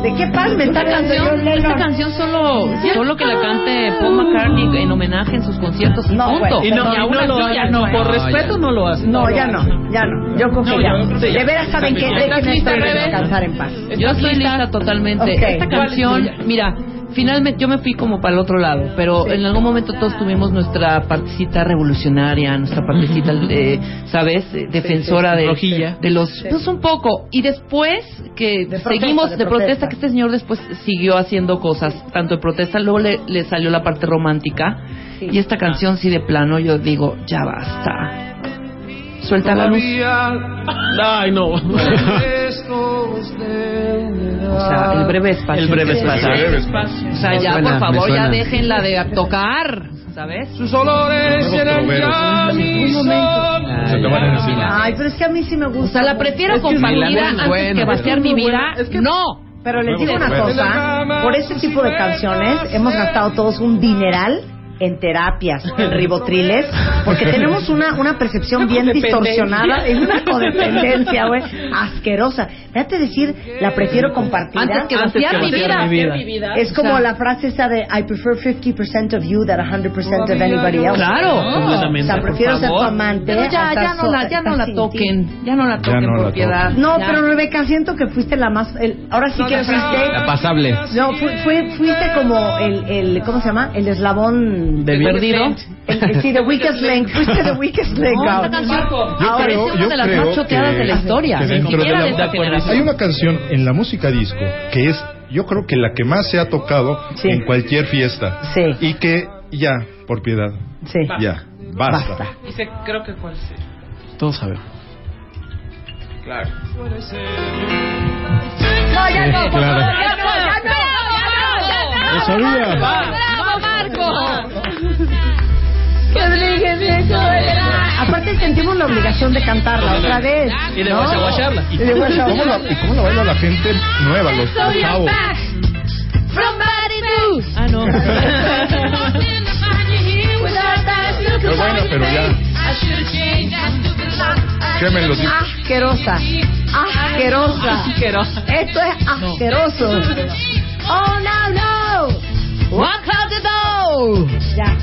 ¿De qué paz me está
Esta
hablando John
canción, esta
Lennon?
canción solo, solo que la cante Paul McCartney en homenaje en sus conciertos. y
No,
punto.
güey,
Y no,
Perdón,
y aún
no
así
lo
ya
hagas,
no,
güey.
por
No,
respeto
ya.
no lo haces.
No, ya no, ya no. Yo creo que
No,
ya.
yo- sí, ya.
De veras, ¿saben qué?
¿Estás
Déjenme
lista,
estar
Rebe?
descansar en paz.
Yo estoy lista totalmente.
Ok. ¿Cuál
Esta
es
canción, mira, finalmente yo me fui como para el otro lado, pero en algún momento todos tuvimos nuestra partecita revolucionaria, nuestra partecita, eh, ¿sabes? Eh, Defensora
sí, sí.
de,
Rojilla.
de los... Pues un poco. Y después que
protesta,
seguimos
de
de,
protesta.
protesta, que este señor después siguió haciendo cosas, tanto de protesta, luego le, le salió la parte romántica.
Sí.
Y esta canción sí de plano yo digo, ya basta. Suelta la luz.
Ay,
<laughs>
no.
O sea, el breve espacio.
El breve espacio.
El breve
O sea, ya,
suena,
por favor,
me
ya
suena.
déjenla de tocar, ¿sabes?
Sus olores
Nuevos
llenan ya
troveros.
mi sol.
Se te van encima.
Ay, pero es que a mí sí me gusta.
O sea, la prefiero
Es que es
compartida
muy buena,
antes
bueno,
que
pero-
vaciar mi vida.
Es que-
No,
Pero les digo una
Nuevos
cosa,
retos.
por este tipo de canciones hemos gastado todos un dineral en terapias, en ribotriles, porque tenemos una, una percepción bien
codependencia.
distorsionada, es
<laughs>
una codependencia, güey, asquerosa. Fíjate decir, la prefiero compartida
Antes que Antes vaciar que mi vaciar vida. mi vida. Vaciar mi vida.
Es como
O sea,
la frase esa de I prefer 50% of you than 100% of anybody else.
Claro.
O sea, prefiero ser tu amante.
Pero ya,
a estar
ya no la,
sola,
ya no la
estar sin ti.
toquen. Ya no la toquen
no la
por piedad.
No,
Ya.
pero Rebeca, siento que fuiste la más. el- ahora sí que fuiste.
La pasable.
No, fu- fue- fuiste como el, el. ¿Cómo se llama? El eslabón.
Del
perdido. El- el- sí, The Weakest Link. Fuiste The Weakest Link.
No, esta canción
Ahora,
parece una de las más choteadas de la historia.
que
Ni
dentro de
siquiera
la-
de esta generación.
Hay una canción en la música disco que es, yo creo que la que más se ha tocado en cualquier fiesta. Y que ya, por piedad.
Sí.
Ya, basta.
Y sé, creo que cuál sí.
Todos sabemos.
Claro.
No, ya no,
Sí,
por
claro.
favor, ya no, ya no, ya no, ya no.
Lo sabía.
¡Bravo, Marco! ¡Que obligue mi cólera!
Aparte, sentimos la obligación de cantarla otra vez.
Y
¿no?
¿Y
Y de
cómo,
guachaguacharla.
cómo la, y cómo la baila la gente nueva, los
So
los
you're
chavos?
back from Badu. <laughs>
Ah,
<laughs>
no.
Pero bueno, pero ya. Quémenlo, sí.
Asquerosa. Asquerosa.
Asquerosa.
Esto es asqueroso. Oh, no, no.
Walk
out the door. Ya.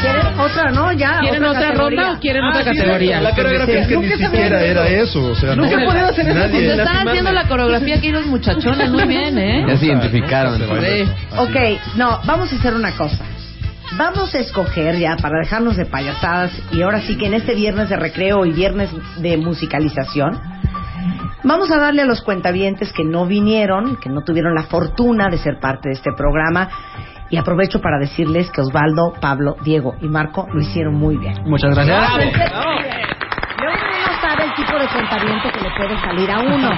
¿Quieren Ah, otra, no? Ya.
¿Quieren otra
categoría. Ah,
ronda o quieren otra
sí,
categoría?
La coreografía es que ni
Nunca se me
siquiera
olvidó.
era eso. O sea,
Nunca
no,
he podido hacer eso.
nadie-
Pues están haciendo la coreografía aquí los muchachones. Muy bien, ¿eh?
Ya se identificaron. pues.
Ok, no, vamos a hacer una cosa. Vamos a escoger ya para dejarnos de payasadas y ahora sí que en este viernes de recreo y viernes de musicalización, vamos a darle a los cuentavientes que no vinieron, que no tuvieron la fortuna de ser parte de este programa y aprovecho para decirles que Osvaldo, Pablo, Diego y Marco lo hicieron muy bien.
Muchas gracias.
Bravo. Luego uno no sabe el tipo de contamiento que le puede salir a uno.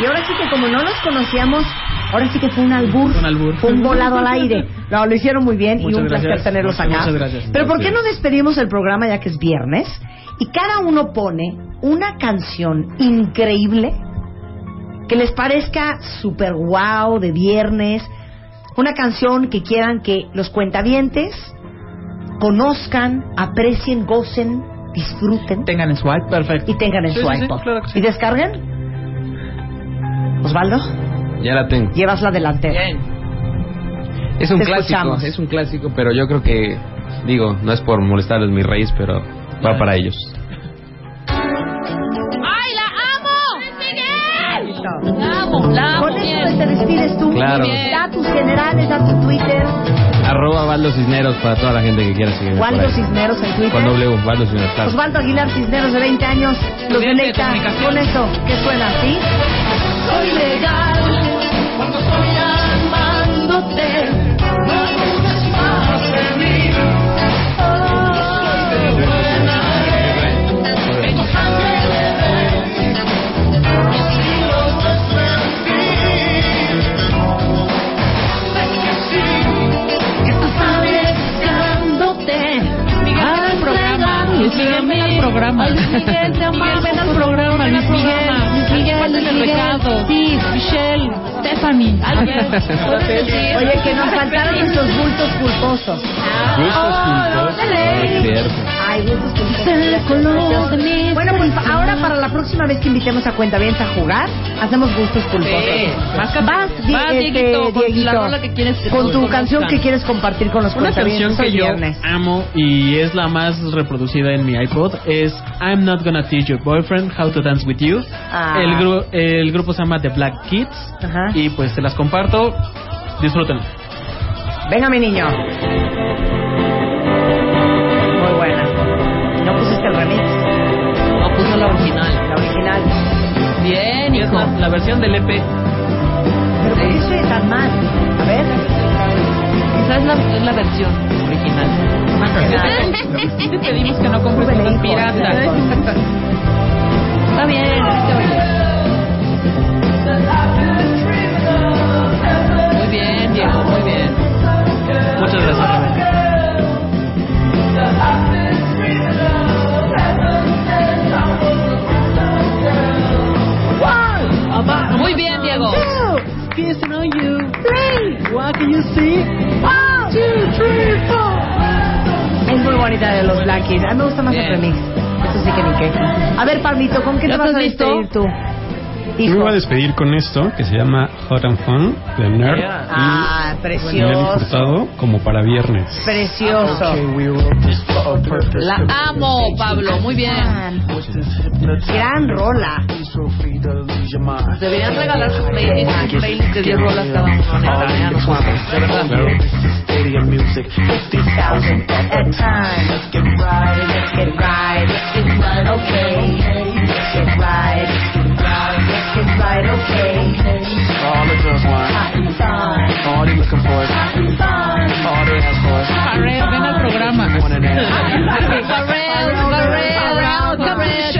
Y ahora sí que como no nos conocíamos, ahora sí que fue un albur, fue un volado al aire. No, lo hicieron muy bien y
Muchas
un placer
gracias.
tenerlos acá.
Muchas gracias.
Pero ¿por qué
Gracias.
no despedimos el programa ya que es viernes? Y cada uno pone una canción increíble que les parezca super wow de viernes, una canción que quieran que los cuentavientes conozcan, aprecien, gocen, disfruten.
Tengan en swipe, perfecto.
Y tengan en
Sí,
su
sí, sí,
iPod.
claro que sí.
¿Y descarguen? Osvaldo,
Ya la tengo.
llevas la delantera.
Es un
Te
clásico,
escuchamos.
es un clásico, pero yo creo que, digo, no es por molestarles mi raíz, pero va para ellos.
¡Ay, la amo!
La amo, la amo. Con esto te despides tú.
Claro.
Da tus generales, da tu Twitter.
Arroba Valdo Cisneros para toda la gente que quiera seguirme. por
Waldo
ahí.
Cisneros en Twitter.
Con doble U, Valdo Cisneros. claro.
Osvaldo Aguilar Cisneros de 20 años los delecta con eso que suena así.
Soy legal cuando estoy amándote. No busques más de mí. Soy de buena ley. Tengo sangre de rey. Mi estilo no es mentir. Sé que sí, que estás arriesgándote.
Al programa. Luis Miguel, ven al programa. Luis Miguel, te amamos. Ven al programa. Luis Miguel. Luis Miguel, Luis Miguel. Sí, Michelle, Stephanie. <laughs> Alguien.
Oye, que nos faltaron nuestros bultos culposos.
Es cierto.
Ay, gustos culposos. Bueno, pues ahora para la próxima vez que invitemos a Cuentavientes a jugar, hacemos gustos culposos.
Más que-
Vas, Di-
vas,
este,
Dieguito, con la rola que quieres que
con
todos
tu canción
conozcan.
que quieres compartir con los
Una canción
Cuentavientes
que
hoy
yo
viernes.
amo y es la más reproducida en mi iPod es I'm Not Gonna Teach Your Boyfriend How to Dance With You.
Ah.
El, gru- el grupo se llama The Black Kids
Ajá.
y pues te las comparto. Disfruten.
Venga, mi niño. Muy buena. No pusiste el remix.
No puso la original.
La original.
Bien, hijo.
La versión del E EP.
Pero ¿por qué suena tan mal? A ver.
Esa es la, es la versión original.
Más que nada.
Te pedimos que no compres
Súbele,
cosas
hijo,
piratas.
Está bien, está bien. Muy bien, Diego, muy bien.
Muchas gracias. Rebeca.
Muy bien, Diego.
Two, bonita de los Black Keys. A mí me gusta más el remix. Eso sí que ni qué. A ver, Pablito, ¿con qué te vas a despedir tú?
Yo me voy a despedir con esto que se llama Hot and Fun de Nerd
Ah,
y Daniel
precioso.
Hurtado como para viernes. Ah,
Precioso.
La amo, Pablo. Muy bien.
Gran rola.
Deberían regalar sus playlists, playlists de 10 rolas cada uno. neta, ya nos vamos, de verdad. Farrell, ven al programa.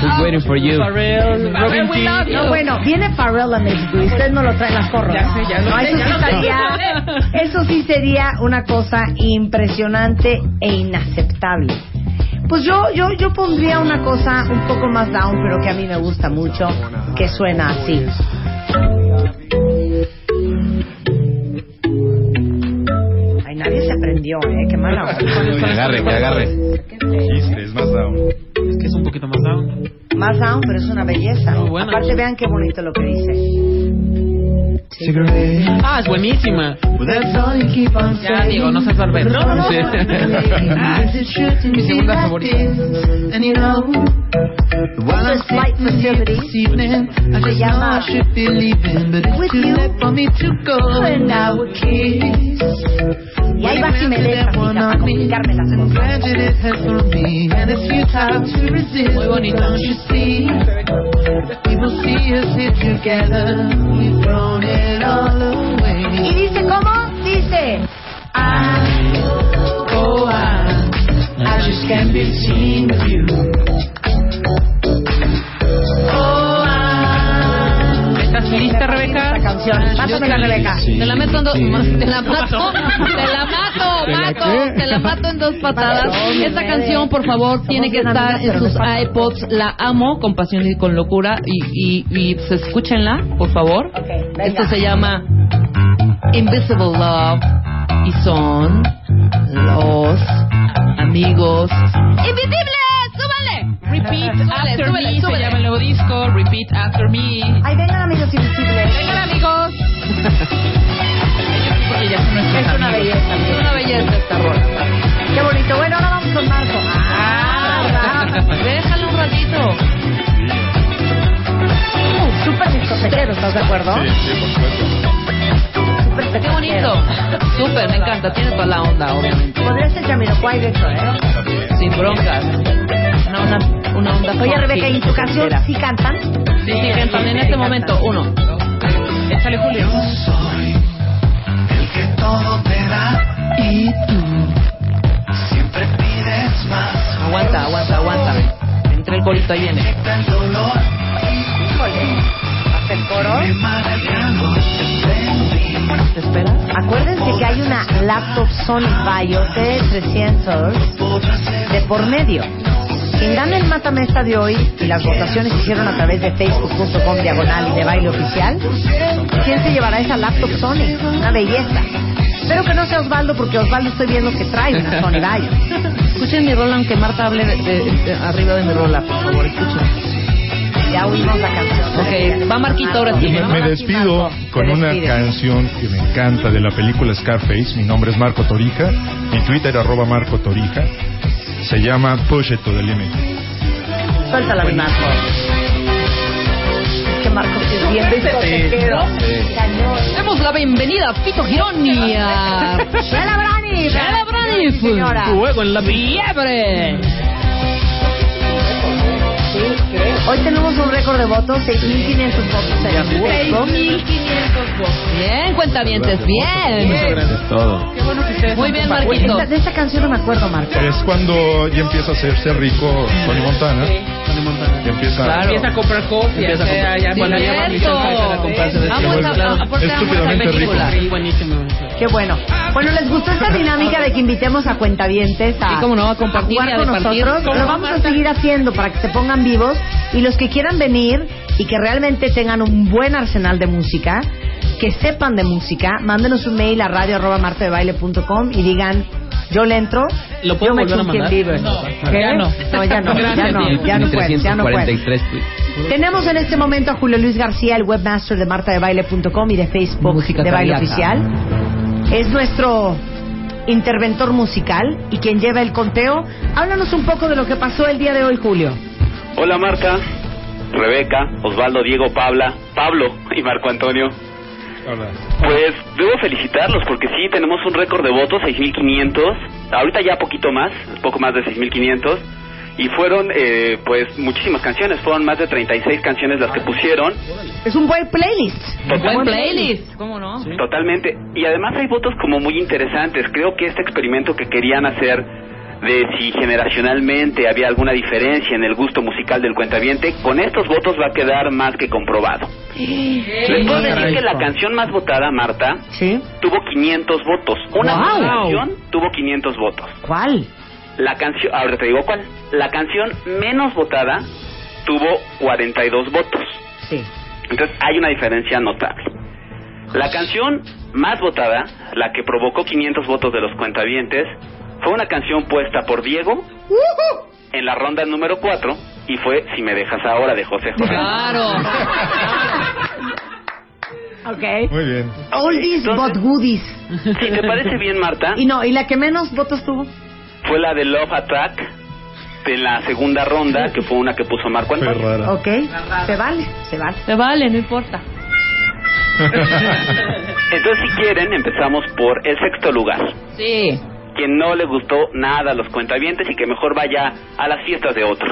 We're waiting for you.
Robin King.
No, bueno, viene Pharrell a México y ustedes no lo traen las corras.
Ya sé, ya lo
No,
sé,
eso,
ya
sí
lo sé.
estaría- eso sí sería una cosa impresionante e inaceptable. Pues yo, yo, yo pondría una cosa un poco más down, pero que a mí me gusta mucho, que suena así. Ay, nadie se aprendió, ¿eh? Qué mala onda.
Que
agarre, que agarre.
Dijiste, es más down.
Es que es un poquito más down.
Más down, pero es una belleza.
buena.
Aparte, vean qué bonito lo que dice.
Ah, es buenísima.
Pues
Ya, digo, no seas barbero.
No, no,
Sí. Mi segunda favorita.
Se llama Y ahí va Jiménez, amiga, para complicarme la
Muy bonito.
¿Y dice cómo? Dice. oh,
¿Estás lista, Rebeca?
Oh, Esta canción. Pásamela, Rebeca.
Te la meto en dos. <laughs> Te la mato. Te la mato,
¿Te la
mato.
qué?
Te la mato en dos patadas.
Mató, mi
Esta
madre.
canción, por favor,
Somos
tiene que
bien
estar
amigas,
en
pero
sus
nos pasa.
iPods. La amo con pasión y con locura. Y, y, y pues, escúchenla, por favor.
venga.
Esto se llama Invisible Love. Y son los amigos. ¡Invisibles! ¡Súbale!
Repeat
Súbale,
After
súbele,
Me se
súbele.
llama el nuevo disco. Repeat After Me.
Ay, vengan amigos invisibles.
Vengan, <laughs> amigos.
Porque ya son nuestros
Es una
amigos.
belleza.
Es una belleza esta rola.
Qué bonito. Bueno, ahora vamos con Marco. Ah, bravo.
Déjalo un ratito.
Uh, Súper discotequero, ¿estás de acuerdo?
Sí, sí, por supuesto.
Súper
Qué bonito. Súper, me encanta. Tiene toda la onda, obviamente.
Podría ser Jamiroquai de hecho, ¿eh?
Sin broncas. Una, una, una onda.
Oye,
funky,
Rebeca, ¿y tu canción
ochentera.
sí cantan?
Sí, sí, cantan en este momento. Uno. Échale, Julio. Aguanta, aguanta, aguanta. Entre el corito, ahí viene.
Híjole. Hasta el coro.
¿Te esperas?
Acuérdense que hay una laptop Sony Vaiote 300 de por medio. Quien gana el matamesta de hoy y las votaciones se hicieron a través de facebook.com diagonal y de baile oficial, ¿quién se llevará esa laptop Sony? Una belleza. Espero que no sea Osvaldo porque Osvaldo estoy viendo que trae una Sony Vaio.
Escuchen mi rola, aunque Marta hable de- de- de- arriba de mi rola, por favor, escuchen.
Ya oímos la canción.
Ok, va Marquito ahora sí.
Me, me despido con
Te
una
despides.
canción que me encanta de la película Scarface. Mi nombre es Marco Torija. Mi Twitter arroba Marco Torija. Se llama Push It to the Limit.
Suéltala, mi Marco. Es que Marco sí es bien discotequero. Cañón.
Demos la bienvenida a Pito Gironi.
<laughs>
a
Shela Brani.
Shela Brani,
Sí, señora.
Fuego en la
fiebre.
Sí, creo. Hoy tenemos un récord de votos, 6.500 votos en el público.
6.500 votos.
Bien, cuentavientes, bien.
Es todo.
Qué bueno que ustedes
Muy
son
bien,
tus
Marquito.
favoritos.
Pues, Esta- de esta canción no me acuerdo, Marco.
Es cuando ya empieza a hacerse rico Tony Montana.
Tony Montana.
Que empieza
Claro.
Empieza a comprar copias.
Empieza a comprar-
eh, ya-
Sí,
bueno, ya va a
cierto.
empezar a comprarse de
Vamos
este vuelo.
a- a- porque vamos a
Estúpidamente
película.
rico.
Sí, buenísimo.
Qué bueno. Bueno, ¿les gustó esta dinámica de que invitemos a cuentavientes a,
Sí, cómo no, a compartir
jugar
y a
con
departir?
nosotros?
¿Cómo,
Lo vamos a
Marta?
seguir haciendo para que se pongan vivos y los que quieran venir y que realmente tengan un buen arsenal de música, que sepan de música, mándenos un mail a radio arroba martadebaile punto com y digan Yo le entro.
¿Lo puedo
yo me
volver a
echo un Tim
mandar?
Bieber.
No,
¿Qué?
ya no.
ya no, ya
Gracias,
no,
Diego.
ya no puedes, ya no puedes.
343 tweets.
Tenemos en este momento a Julio Luis García, el webmaster de martadebaile.com y de Facebook de Baile
cardíaca.
Oficial. Es nuestro interventor musical y quien lleva el conteo. Háblanos un poco de lo que pasó el día de hoy, Julio.
Hola Marta, Rebeca, Osvaldo, Diego, Pabla, Pablo y Marco Antonio. Pues debo felicitarlos porque sí, tenemos un récord de votos, 6.500. Ahorita ya poquito más, poco más de 6.500. Y fueron eh, pues muchísimas canciones, fueron más de 36 canciones las que pusieron.
Es un buen playlist.
Totalmente.
¿Cómo no?
Totalmente. Y además hay votos como muy interesantes. Creo que este experimento que querían hacer de si generacionalmente había
<laughs>
alguna <laughs> diferencia en el gusto musical del cuentaviente, con estos votos va a quedar más que comprobado. Les puedo decir que la canción más votada, Marta, tuvo 500 votos. Una
Wow.
sola canción tuvo 500 votos.
¿Cuál?
La canción, ahora te digo cuál. La canción menos votada tuvo 42 votos.
Sí.
Entonces hay una diferencia notable. La canción más votada, la que provocó 500 votos de los cuentavientes, fue una canción puesta por Diego en la ronda número 4 y fue Si me dejas ahora de José José.
Ah. Ok.
Muy bien.
Oldies but goodies.
Si te parece bien, Marta,
Y no, y la que menos votos tuvo.
fue la de Love Attack de la segunda ronda, que fue una que puso Marco Antonio.
Ok. Se vale, se vale.
<laughs> Se vale, no importa.
Entonces, si quieren, empezamos por el sexto lugar.
Sí.
que no le gustó nada a los cuentavientes y que mejor vaya a las fiestas de otros.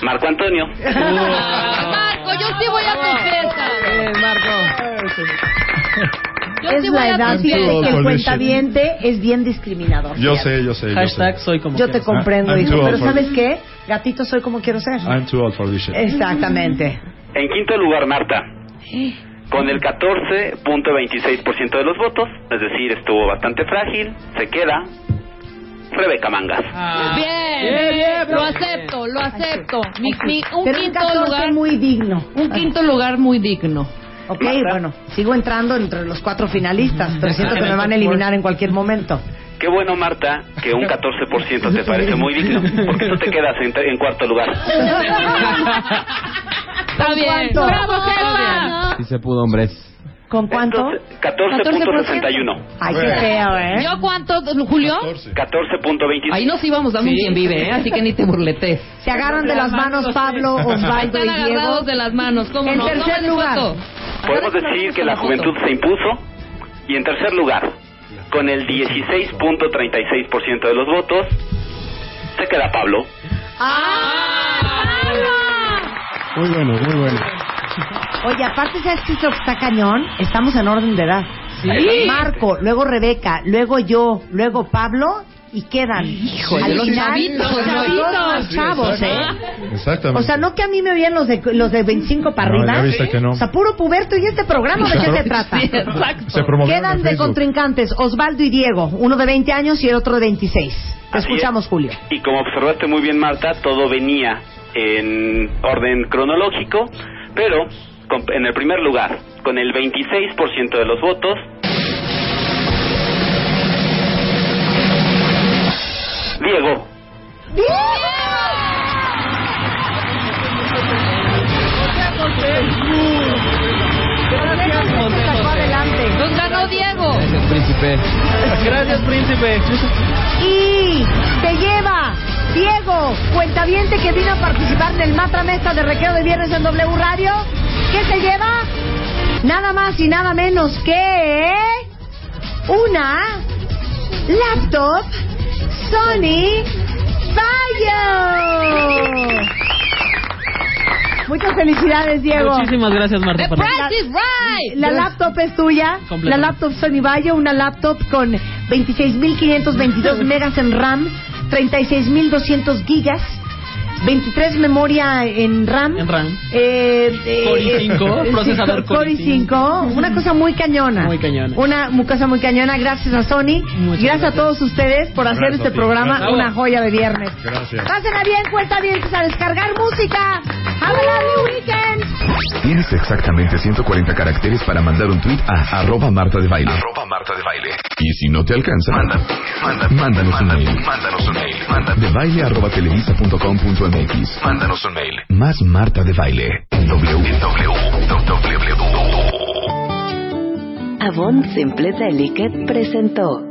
Marco Antonio.
Marco, yo sí voy a tu fiesta. Eh, Marco. Yo
es
sí voy
la
a
edad
tu
fíjate
fiesta.
que el
Collision.
cuentaviente es bien discriminador.
Yo sé, Ah, yo sé. yo
Hashtag
sé.
soy como
Yo te comprendo,
I'm
hijo,
too old
pero
for
¿sabes
this.
qué? Gatito soy como quiero ser.
I'm too old for this shit.
Exactamente.
En quinto lugar, Marta, con el 14.26% de los votos, es decir, estuvo bastante frágil, se queda Rebeca Mangas.
Bien,
Ah. Bien, bien,
lo
bravo.
acepto, lo acepto. Mi, mi- un
Pero un
quinto
14
lugar
muy digno.
Un quinto lugar muy digno.
Ok, bueno, sigo entrando entre los cuatro finalistas, pero siento que me van a eliminar en cualquier
<laughs>
momento.
Qué bueno, Marta, que un 14% te parece muy digno, porque tú te quedas en, en cuarto lugar.
Está bien.
¿Cuánto?
Bravo,
Está
jefa.
Si se pudo, hombres.
¿Con cuánto?
14.61.
Ay, qué feo, ¿eh?
¿Yo cuánto, Julio?
14.25.
Ahí nos íbamos dando un quien vive, ¿eh? así que ni te burletes.
Se agarran de las manos Pablo, Osvaldo y
Están
Diego.
agarrados de las manos, ¿cómo
En
no?
tercer
Tómale
lugar.
foto.
Podemos decir que la juventud se impuso. Y en tercer lugar, con el 16.36% de los votos, se queda Pablo. ¡Ah,
¡Ah!
¡Ah!
Muy bueno, muy bueno.
Oye, aparte, ¿sabes qué es lo que está cañón? Estamos en orden de edad.
Sí.
Marco, luego Rebeca, luego yo, luego Pablo y quedan.
Híjole,
Al
los
final,
chavitos,
los chavitos,
chavitos.
los chavos,
Sí,
¿eh?
exacto.
Exactamente.
O sea, no que a mí me veían los de, los de 25 para
No,
arriba.
ya viste que no.
O sea, puro puberto y este programa
<laughs>
de qué se trata.
Sí, exacto. Se promovieron
Quedan
en
de
Facebook.
contrincantes Osvaldo y Diego, uno de 20 años y el otro de 26. Te
Así
escuchamos,
es.
Julio.
Y como observaste muy bien, Marta, todo venía en orden cronológico, pero con- en el primer lugar, con el 26% de los votos. Diego.
Nos ganó Diego.
Gracias, príncipe.
Gracias, príncipe.
Y te lleva Diego, cuentaviente que vino a participar del Matra Mesta de Requeo de Viernes en W Radio. ¿Qué se lleva? Nada más y nada menos que una laptop Sony Vaio. Muchas felicidades, Diego.
Muchísimas gracias, Marta.
The
por-
price is La laptop es tuya, la
Completamente.
laptop Sony Vaio, una laptop con 26.522 megas en RAM, 36.200 gigas, 23 memoria en RAM.
En RAM.
Eh, eh,
Core
eh, <laughs>
i5,
sí,
procesador
Core
Core
i5, una cosa muy cañona.
Muy cañona.
Una mu- cosa muy cañona, gracias a Sony. gracias, a todos ustedes por hacer
Gracias
este
a ti.
programa
Bravo.
una joya de viernes.
Gracias.
Pásenla bien, cuenta bien, a descargar música. Have a lovely weekend.
Tienes exactamente 140 caracteres para mandar un tweet a arroba Marta de Baile.
Arroba Marta de Baile.
Y si no te alcanza, mándanos un mail.
Mándanos un mail.
De baile arroba televisa punto com punto MX.
Mándanos un mail.
Más Marta de Baile. En W.
Avon Simple Delicate presentó